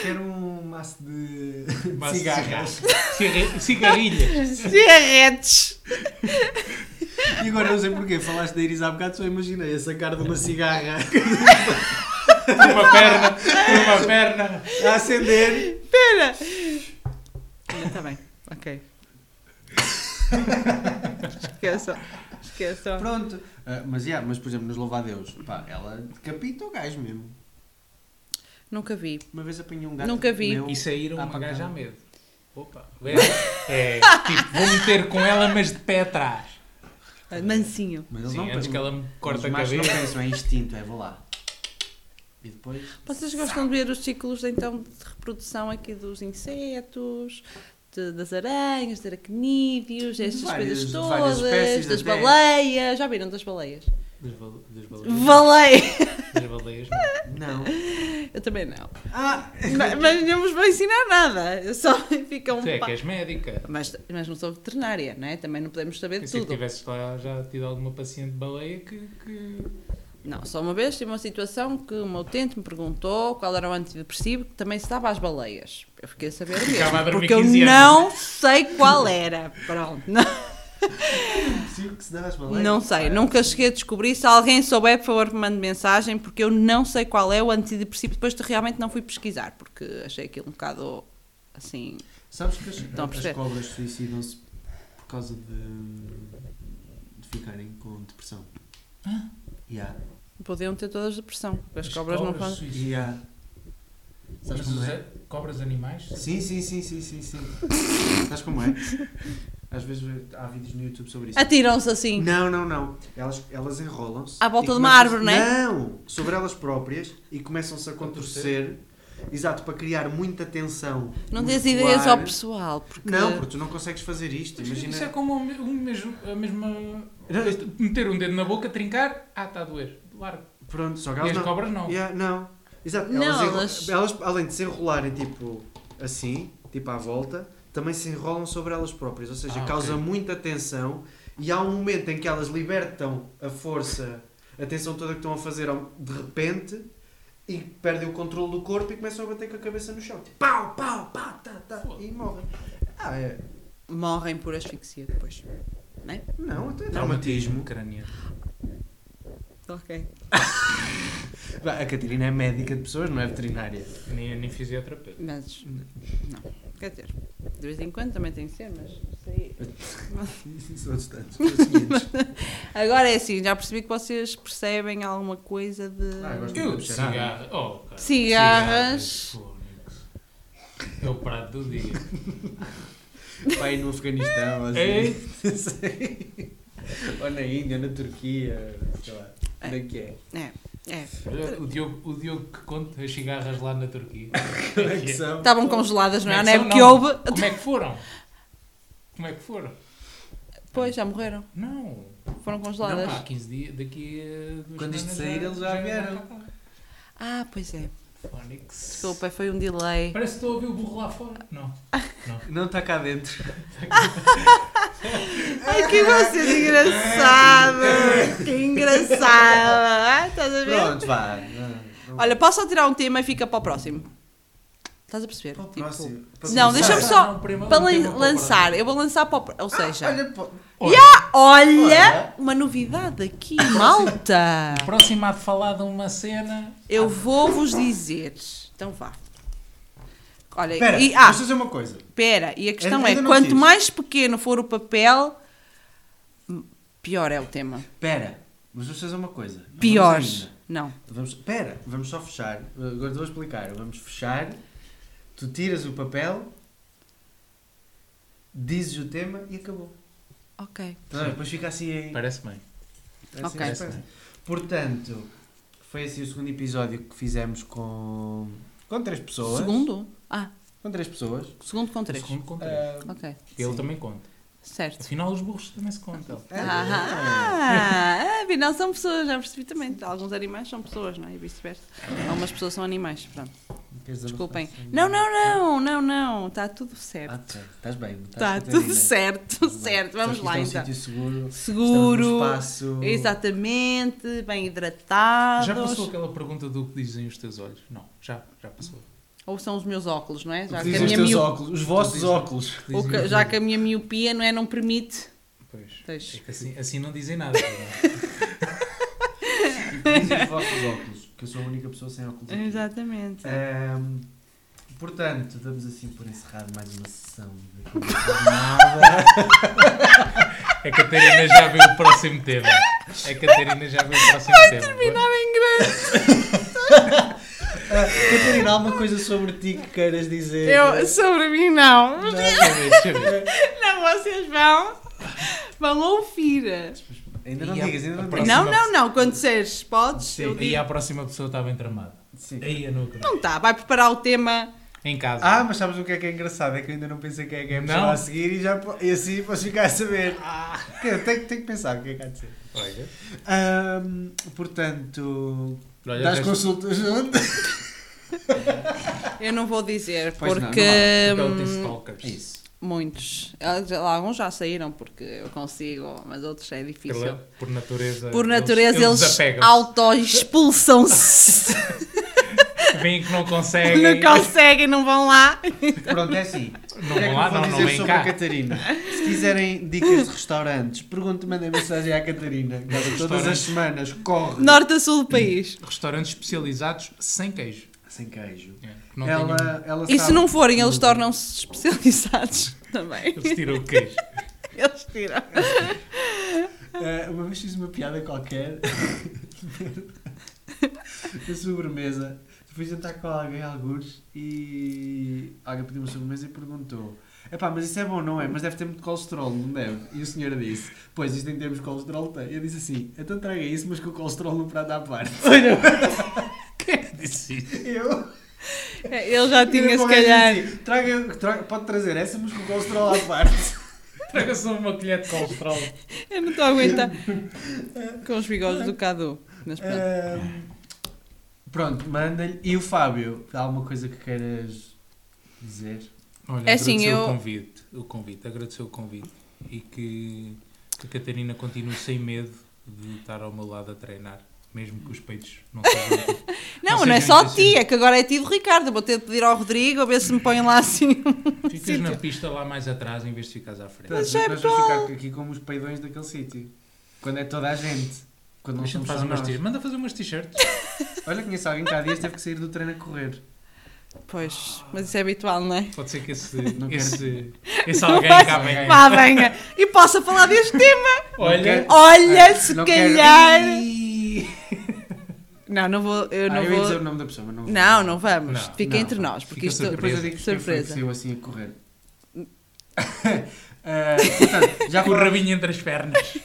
quero um maço de,
Mas
cigarras.
cigarra- Cigarrilhas.
Cigarretes.
E agora não sei porquê, falaste da Iris há bocado, só imaginei a sacar de uma cigarra
Uma perna. Uma perna.
a acender.
Espera. Olha, Está tá bem, ok. Esqueçam, esqueçam.
Pronto. Ah, mas, yeah, mas por exemplo, nos louvadeus, pá, ela decapita o gajo mesmo.
Nunca vi.
Uma vez apanhei um gato.
Nunca vi.
meu-
E saíram
Ah,
uma
pá,
gaja a
caramba.
medo. Opa. É, é, tipo, vou meter com ela, mas de pé atrás.
Ah, Mansinho.
Mas eles
Sim,
não
antes que
pensam.
ela me corte a
Os machos não
cabeça.
pensam, é instinto, é vou lá. E depois.
Vocês gostam de ver os ciclos então de reprodução aqui dos insetos, de- das aranhas, dos aracnídeos, estas
várias-
coisas
de várias
todas,
espécies
das
até.
baleias. Já viram das baleias?
Das bal- das baleias.
Baleia!
Das baleias. não. é?
Não.
Eu também não.
Ah!
mas, mas não vos vou ensinar nada. Eu só [laughs] fica um
Tu é
pa-
que és médica.
mas, mas não sou veterinária, não é? Também não podemos saber de
Pensei que
tudo.
tivesses lá já tido alguma paciente de baleia que. que...
Não, só uma vez tive uma situação que uma utente me perguntou qual era o antidepressivo que também se dava às baleias. Eu fiquei a saber
Ficava a
mesmo,
dormir
porque eu
15 anos.
não sei qual era. Pronto, não,
Sim, É que se dá às baleias. é.
não sei, nunca cheguei a descobrir. Se alguém souber, por favor, me mande mensagem, porque eu não sei qual é o antidepressivo. Depois de- realmente não fui pesquisar, porque achei aquilo um bocado assim.
Sabes que as,
Estão a
as
perceber.
cobras suicidam-se por causa de, de ficarem com depressão. Yeah.
Podiam ter todas depressão, porque as cobras não fazem.
suicidas.
Yeah. Sabes como é?
Mas os- Cobras animais?
Sim, sim, sim, sim, sim,
[laughs]
sim. Sabes como é? Às vezes vê- há vídeos no YouTube sobre isso.
Atiram-se assim.
Não, não, não. Elas, elas enrolam-se.
À volta
e
de uma
começam-
árvore, não é?
Não! Sobre elas próprias e começam-se a contorcer. Exato, para criar muita tensão.
Não dês
muscular.
ideias ao pessoal, porque.
Não, porque tu não consegues fazer isto.
Mas Isso é
Imagina.
como o me- um mesmo, a mesma.
Não, isto-
Meter um dedo na boca, trincar, ah, está a doer. Largo.
Pronto, só que
E
elas
as
não. é
cobras não.
Yeah, não. Exato.
Não,
elas, enro-
elas-
elas, além de se enrolarem tipo assim, tipo à volta, também se enrolam sobre elas próprias. Ou seja,
Ah,
causa
ok.
muita tensão e há um momento em que elas libertam a força, a tensão toda que estão a fazer ao- de repente e perdem o controle do corpo e começam a bater com a cabeça no chão. Tipo, pau, pau, pá, tá, tá, e morrem. Ah, é.
morrem por asfixia depois. Não é?
Não, então é traumatismo.
Traumatismo crânio.
Ok.
A Catarina é médica de pessoas, não é veterinária.
Nem, nem fisioterapeuta.
Mas. Não. Quer dizer, de vez em quando também tem que ser, mas. isso
[laughs]
aí-
São distantes. são os seguintes.
Agora é assim, já percebi que vocês percebem alguma coisa de.
Ah, eu gosto
Eu,
de cheirar.
cigarro. Oh, cara.
Cigarras.
Cigarras, fónix. É o prato do dia.
Vai no Afeganistão, assim.
Ei.
Não sei. Ou na Índia, na Turquia, sei lá. Onde é que é?
É.
Olha, o, Diogo, o Diogo que conta as cigarras lá na Turquia.
Como é que são?
Estavam congeladas, não é? A
Como é que
neve
são?
que
Não.
houve.
Como é que foram? Como é que foram?
Pois, já morreram.
Não.
Foram
Não,
congeladas.
há 15 dias, daqui a duas
Quando isto
semanas
sair, eles já vieram.
Ah, pois é.
Fónix.
Desculpa, foi um delay.
Parece que estou a ouvir o burro lá fora. Não.
Não está cá dentro.
Ai, que vocês engraçado! Que engraçado! Ah, Estás a ver?
Pronto, vá.
Olha, posso só tirar um tema e fica para o próximo. Estás a perceber?
Para o
Tipo,
próximo.
Não, deixa-me só-
Não, prima,
Para
um tema
lan-
o
lançar,
próximo.
eu vou lançar para o. pr- Ou seja, olha,
Olha, pô.
Olha,
Olha.
uma novidade aqui, malta!
o próximo há de falar de uma cena.
Eu vou-vos dizer. Então vá. Olha,
Espera,
e,
deixa
ah,
eu dizer uma coisa.
pera, e a questão é:
Ainda não
quanto
fiz.
mais pequeno for o papel, m- pior é o tema.
Espera, mas deixa eu dizer uma coisa. Não vamos
Pior.
ainda.
Não.
Vamos, espera, vamos só fechar. Agora vou explicar. Vamos fechar. Tu tiras o papel, dizes o tema e acabou.
Ok.
Tá bem? Depois fica assim em.
Parece bem.
É assim,
Ok.
é assim. Portanto, foi assim o segundo episódio que fizemos com. com três pessoas.
Segundo? Ah,
Com três pessoas.
segundo com três.
O segundo conta.
Ah,
Ok,
Ele
sim.
também conta.
certo.
Afinal, os burros também se contam.
Ah, ah, afinal são pessoas, já percebi também. Alguns animais são pessoas, não é? E vice-versa. Algumas pessoas são animais, pronto.
Queres dizer uma
Desculpem.
frase?
Não, não, não, não, não. Está tudo certo.
Ah, tá. Estás bem. não estás,
Está
Catarina?
tudo certo,
Tudo bem.
certo.
Sabes
Vamos
que
lá
isto é
então.
um sítio seguro. Estamos
Seguro.
num espaço.
Exatamente, bem
Ah,
hidratados.
Já passou aquela pergunta do que dizem os teus olhos? Não, já, já passou.
Ou são os meus óculos, não é? Já
O
que
que dizem
a
os
minha,
teus
miop-
óculos, os vossos
Dizem.
[laughs]
óculos.
Dizem
o que-
os
já
olhos.
que a minha miopia não é, não permite.
Pois.
Pois.
É que assim, assim não dizem nada. não é?
Dizem os vossos óculos, que eu sou a única pessoa sem óculos. aqui.
Exatamente.
É,
[laughs]
Ahm, portanto, damos assim por encerrado mais uma sessão de [laughs] conversa de nada.
É A Catarina já viu o próximo tema. É A Catarina já viu o próximo
um
tema.
Terminar em grande.
Ah,
É.
Catarina, há alguma coisa sobre ti que queiras dizer?
Eu, sobre mim, não. [laughs]
Não, deixa eu ver, deixa eu ver.
Não, vocês vão. Vão ouvir.
Depois
Ainda não
E a-
digas, ainda não
a
digas.
próxima-
Não, não, não. Quando disseres podes, eu
E
digo.
a próxima pessoa estava entramada.
Sim.
Aí eu não acredito.
Não está. Vai preparar o tema.
Em casa.
Ah, mas sabes o que é que é engraçado? É que eu ainda não pensei quem é que é a pessoa
Não.
a seguir e, já, po- e assim posso ficar a saber.
Ah.
Que eu tenho, tenho que pensar o que é que há de ser.
Olha.
Ahm, portanto,
Olha,
das
tens-
consultas onde?
Eu não vou dizer
Pois não,
porque.
Porque é ele tem
hum,
stalkers.
Isso.
muitos. Ah, já- Alguns já saíram porque eu consigo, mas outros é difícil.
Pela- por natureza.
Por natureza,
eles,
eles,
desapegam.
auto-expulsam-se.
Vêm que não
[laughs]
conseguem.
não conseguem, não vão lá.
Pronto, é assim.
Não
O que é
vão
que é
lá,
eu vou
não, não
dizer
vêm
sobre
cá.
a Catarina? Se quiserem dicas de restaurantes, pergunte, mandem mensagem à Catarina. que ela Todas as
Restaurantes.
semanas corre
Norte a sul do país.
Restaurantes especializados sem queijo.
sem queijo.
É, que não
ela,
tenham-
ela
E se
sabe-
não forem, eles tornam-se especializados [laughs] também.
Eles tiram o
[laughs]
queijo.
Eles tiram.
Eh,
Ah, uma vez fiz uma piada
[laughs]
qualquer
de sobremesa. Fui jantar com alguém, alguns, e alguém pediu uma sobremesa e perguntou: Epá, mas isso é bom, não é? Mas deve ter muito colesterol, não deve? E o senhor disse: Pois, isto em termos de colesterol tem. Eu disse assim: Então traga isso, mas com o colesterol no prato à parte. [laughs] é
Disse isso.
Eu.
É, Ele já tinha,
Virei para
se
o gajo e
calhar.
disse, assim, traga, traga, pode trazer essa, mas com o colesterol à parte.
Traga só uma colher de colesterol.
Eu não estou a aguentar. Com os bigodes do Cadu. Mas
É.
pronto.
Ahm, pronto, manda-lhe. E o Fábio, há alguma coisa que queiras dizer?
Olha,
É assim,
agradecer
eu-
o convite, o convite, agradecer o convite e que, que a Catarina continue sem medo de estar ao meu lado a treinar, mesmo que os peitos não [laughs] sejam. tipo,
Não,
vocês
não é
já
só a
entenderam.
ti, é que agora é ti do Ricardo. Vou ter de pedir ao Rodrigo a ver se me põe lá assim.
Ficas na pista lá mais atrás em vez de ficares à frente.
Mas
Mas
nós
é
vamos
bom.
ficar aqui como os peidões daquele sítio. Quando é toda a gente. Quando não
Deixa
somos
de fazer
só
umas
nós.
t Manda fazer umas t-shirts.
Olha, conheço alguém que há dias teve que sair do treino a correr.
Pois, mas isso é habitual, não é?
Pode ser que esse,
Não quero-
esse, esse alguém
Mas-
cá venha.
Vá, venha. E possa falar deste tema.
Olha,
quero-
Olha, se
É, não quero-
calhar.
Ih!
Não, não vou. Eu
Ah,
não
eu ia dizer
vou.
o nome da pessoa, mas não vou.
Não, não vamos.
Não,
Fica
não.
entre nós, porque
Fica
isto. é
Depois
surpresa.
eu digo quem foi que
Surpresa.
saiu assim a correr. [laughs] Ah, portanto, já,
com o
fala-
rabinho entre as pernas.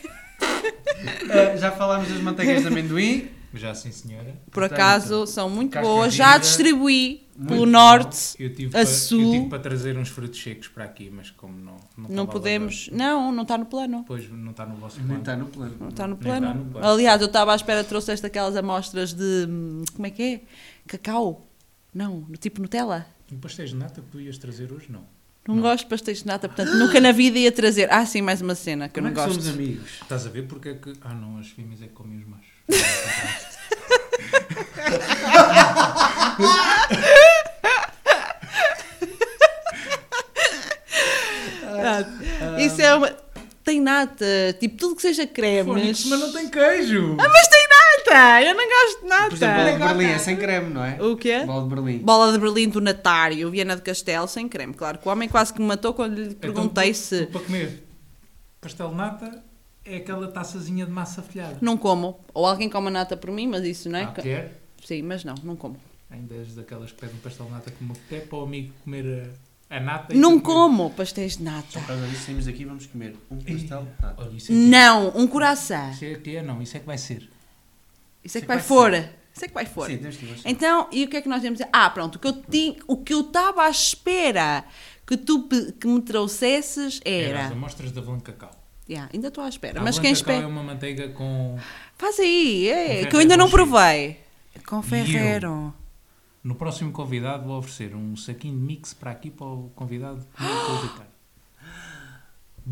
ah, já falámos das manteigas de amendoim.
Já sim, senhora.
Por
Portanto,
acaso são muito
casca
boas.
de
Já
vidra,
distribuí
muito
pelo
bom.
norte.
Eu tive,
A
para, eu
sul.
tive para trazer uns frutos secos para aqui, mas como não. Não,
Não
estava
podemos.
lá,
Não, não está no plano.
Depois não está no vosso
Nem
plano.
está no plano.
Não está no
Nem
plano.
está no plano.
Aliás, eu estava à espera, trouxeste aquelas amostras de. hum, Como é que é? Cacau? Não, no tipo Nutella.
E pastéis de nata que tu ias trazer hoje, não.
Não,
Não.
gosto de pastéis de nata, portanto nunca na vida ia trazer. Ah, sim, mais uma cena que
Como
eu
é
não
que
gosto.
somos amigos?
Estás a ver porque é que. Ah não, as fêmeas é que comem os machos.
Ah, Isso é uma. Tem nata, tipo tudo que seja cremes.
Fónix, mas não tem queijo!
Ah, mas tem nata! Eu não gosto de
Por exemplo, bola
nata!
de Berlim é sem creme, não é?
O quê?
Bola de Berlim.
Bola de Berlim do Natário, Viena de Castelo, sem creme. Claro que o homem quase que me matou quando lhe
Então,
perguntei
tu-
se.
tu Para comer pastel de nata é aquela taçazinha de massa folhada.
Não como. Ou alguém come a nata por mim, mas isso não é.
Há colher,
Sim, mas não, não como.
ainda és daquelas que pedem pastel de nata como até para o amigo comer a, a nata. e
Não
tu comer.
como pastéis de nata.
Por causa disso, saímos daqui e vamos comer um pastel de nata.
Olha, Oh, isso aqui-
Não, um coração.
Isso é que é, não, isso é que vai ser.
Isso é que
Isso é
vai
que vai
fora. Isso é que vai fora.
Sim, temos que ir mais
Então, e o que é que nós temos? Ah, pronto, o que eu ti- o que eu estava à espera que tu pe- que me trouxesses
Era as
era.
É, amostras da Avon Cacau.
Yeah, ainda estou à espera.
A
Mas
Avon
quem
Cacau
espera.
é uma manteiga com...
Faz aí, é,
Com
que eu ainda não
Ferrero
provei. Com
E eu?
Ferrero.
No próximo convidado vou oferecer um saquinho de mix para aqui para o
[gasps]
convidado. comer com o Ricardo.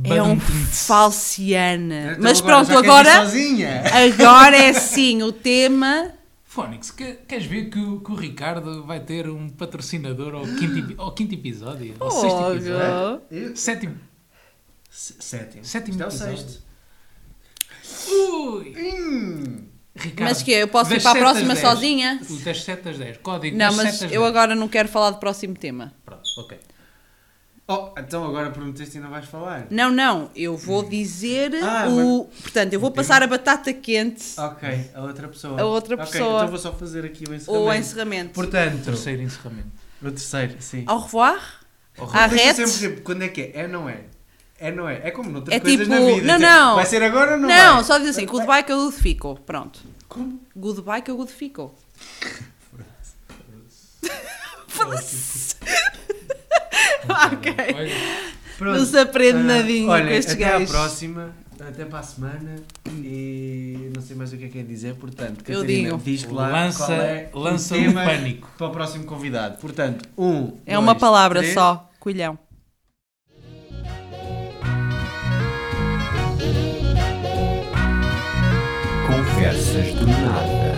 É um
Badum-tum-ts.
falciana.
Então
Mas
agora,
pronto,
já queres ir
agora.
sozinha.
Agora é sim o tema.
Fónix, que- queres ver que o, que o Ricardo vai ter um patrocinador ao quinto, epi- ao quinto episódio? Ao sexto
Oh,
episódio?
João.
Sétimo.
S- Sétimo.
Sétimo
Isto é o
episódio.
sexto.
Ui!
Hum.
Ricardo,
Mas que é, eu posso ir
das
para a
sete às
próxima
dez.
sozinha?
O das 7 às 10. Código
Não,
das
mas
7 às
eu
10.
agora não quero falar do próximo tema.
Pronto, ok.
Oh, então agora prometeste e não vais falar.
Não, não, eu vou dizer
Ah,
o. Portanto, eu vou passar a batata quente
Ok, a outra pessoa.
A outra
Ok,
pessoa.
então vou só fazer aqui o encerramento.
ou encerramento.
Portanto,
Terceiro encerramento.
o terceiro, sim. Oh,
Ao revoir?
Ao
À
Eu penso
rete?
sempre, tipo, quando é que é? É ou não é?
É, não é? É como noutras
É
coisas na
tipo,
vida.
não,
tipo,
não.
Vai ser agora ou não,
Não,
é.
vai?
só diz assim, goodbye que eu good fico. Pronto.
Como?
Goodbye que eu good
[laughs]
fico. [laughs] ok.
Pronto.
Não se aprende
Ah,
nadinho
olha,
com estes
até à
gajos.
próxima, até para a semana e não sei mais o que é que é dizer, portanto,
Eu
Catarina,
digo.
diz lá
lança
qual é o
lança um
tema
pânico.
para o próximo convidado. Portanto, um,
É uma
dois,
palavra
três.
só, coelhão.
Conversas do Nada.